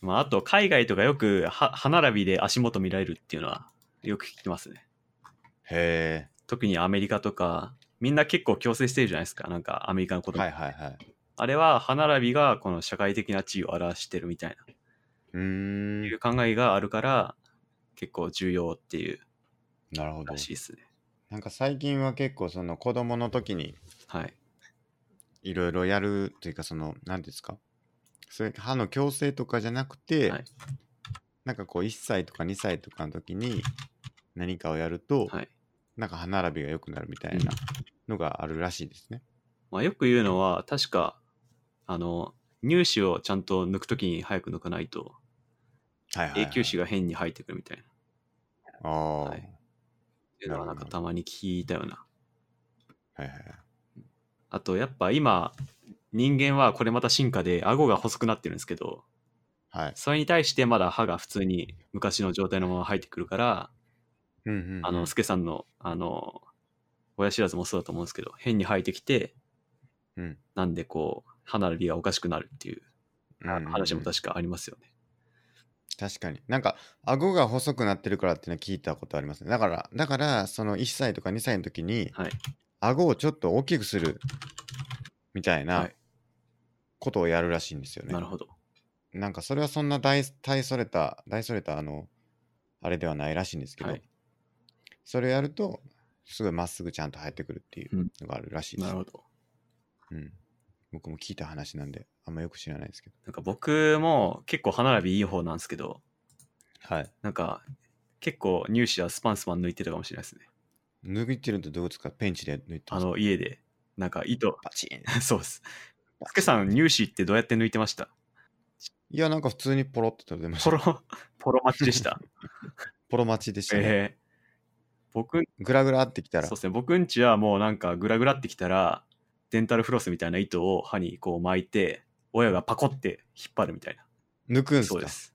まあ、あと、海外とかよく歯歯並びで足元見られるっていうのはよく聞きますね。
へ
特にアメリカとか、みんな結構強制してるじゃないですか。なんかアメリカの子
え
供。
はいはいはい
あれは歯並びがこの社会的な地位を表してるみたいうな、
ー
い
ん
う考えがあるから、結構重要っていう
なるほど
らしいですね。
なんか最近は結構その子供の時に
はい。
いろいろやるというかその何ですかそれ歯の矯正とかじゃなくて、
はい
なんかこう1歳とか2歳とかの時に何かをやると、
はい。
なんか歯並びが良くなるみたいなのがあるらしいですね。
まあ、よく言うのは、確か、あの、乳歯をちゃんと抜くときに早く抜かないと、
はいはい、
永久歯が変に生えてくるみたいな。
ああ、
は
はいい、
っていうのはなんかたまに聞いたような。
はい
あとやっぱ今人間はこれまた進化で顎が細くなってるんですけど
はい。はい。
それに対してまだ歯が普通に昔の状態のまま生えてくるから、
うんうんうん
あの、スケさんのあの親知らずもそうだと思うんですけど変に生えてきて
うん
なんでこう歯並びがおかしくなるっていう
うんうんうん
話も確かありますよね。
確かに。なんか、顎が細くなってるからっていうのは聞いたことありますね。だから、だから、その1歳とか2歳の時に、
はい
顎をちょっと大きくするみたい
は
ないことをやるらしいんですよね。
なるほど。
なんか、それはそんな大大それた、大それた、あの、あれではないらしいんですけど、
はい
それをやると、すごいまっすぐちゃんと生えてくるっていう
うん
のがあるらしいで
な
す
る。ほど。
うん、僕も聞いた話なんで、あんまよく知らないですけど。
なんか僕も結構歯並びいい方なんですけど
はい。
なんか結構乳歯はスパンスパン抜いてたかもしれないですね。
抜いてるとどうですかペンチで抜いて
あ
ますか
の家でなんか糸
パチン
そうです。スケさん、乳歯ってどうやって抜いて ました
いや、なんか普通にポロって取れまし
ポ
た。
ロ、ポロ待ちでした。
ポロ待ちでしたね。
ええ僕、
グラグラってきたら
そうで。すね、僕んちはもうなんかグラグラってきたら、デンタルフロスみたいな糸を歯にこう巻いて、親がパコって引っ張るみたいな。
抜くんす
そう
か
です。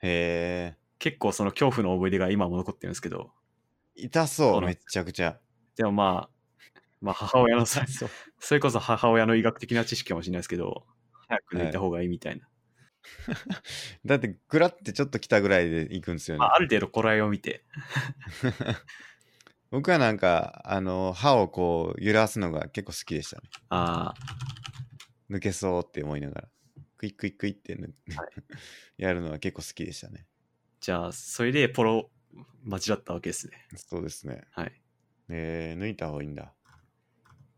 へえ。
結構その恐怖の思い出が今も残ってるんですけど、
痛そ、
そううなん
め
で
ちゃくちゃ。
でもまあ、まあ母親のさ、
そう。
それこそ母親の医学的な知識かもしれないですけど、早く抜いた方がいいみたいな。
だって、ぐらってちょっと来たぐらいで行くんですよ
ま
ね
あ、。ある程度頃合いを見て、
僕はなんか、あの、歯をこう揺らすのが結構好きでしたね。
あ
抜けそうって思いながら、クイックイックイって抜 やるのは結構好きでしたね。
ーじゃあ、それでポロ待ちだったわけですね。
そうですね。
はい。
えー、抜いた方がいいんだ。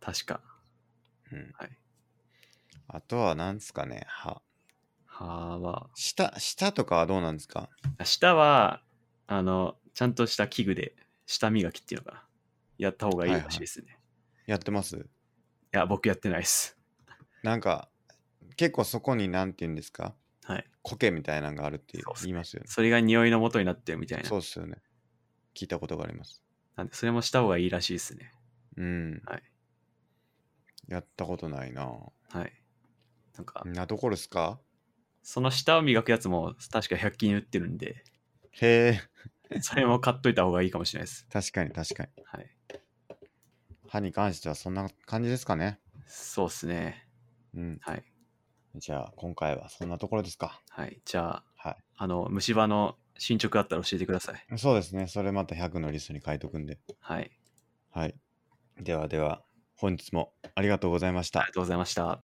確か。
うん。
はい。
あとは何ですかね、歯。
歯は、
舌、舌とかはどうなんですか
舌は、あの、ちゃんとした器具で、舌磨きっていうのかな。やった方がいいらしいですね。い
やってます
や、僕やってないです。
なんか、結構そこに何て言うんですか
はい。
苔みたいなのがあるって
そうっすね
言いますよね。
それが匂いの元になってるみたいな
そう。ですよね。聞いたことがあります。
なんで、それもした方がいいらしいですね。
うん。
はい。
やったことないな。
はい。なんか
ん、なところですか
その舌を磨くやつも確か100均売ってるん で、
へえ、
それも買っといた方がいいかもしれないです。
確かに確かに。
はい。
歯に関してはそんな感じですかね。
そうですね。
うん。
はい。
じゃあ、今回はそんなところですか。
はい。じゃあ、
は
あの、虫歯の進捗あったら教えてください。
い。そうですね。それまた100のリストに書いとくんで。
はい。
はい。ではでは、本日もありがとうございました
ありが。とうございました。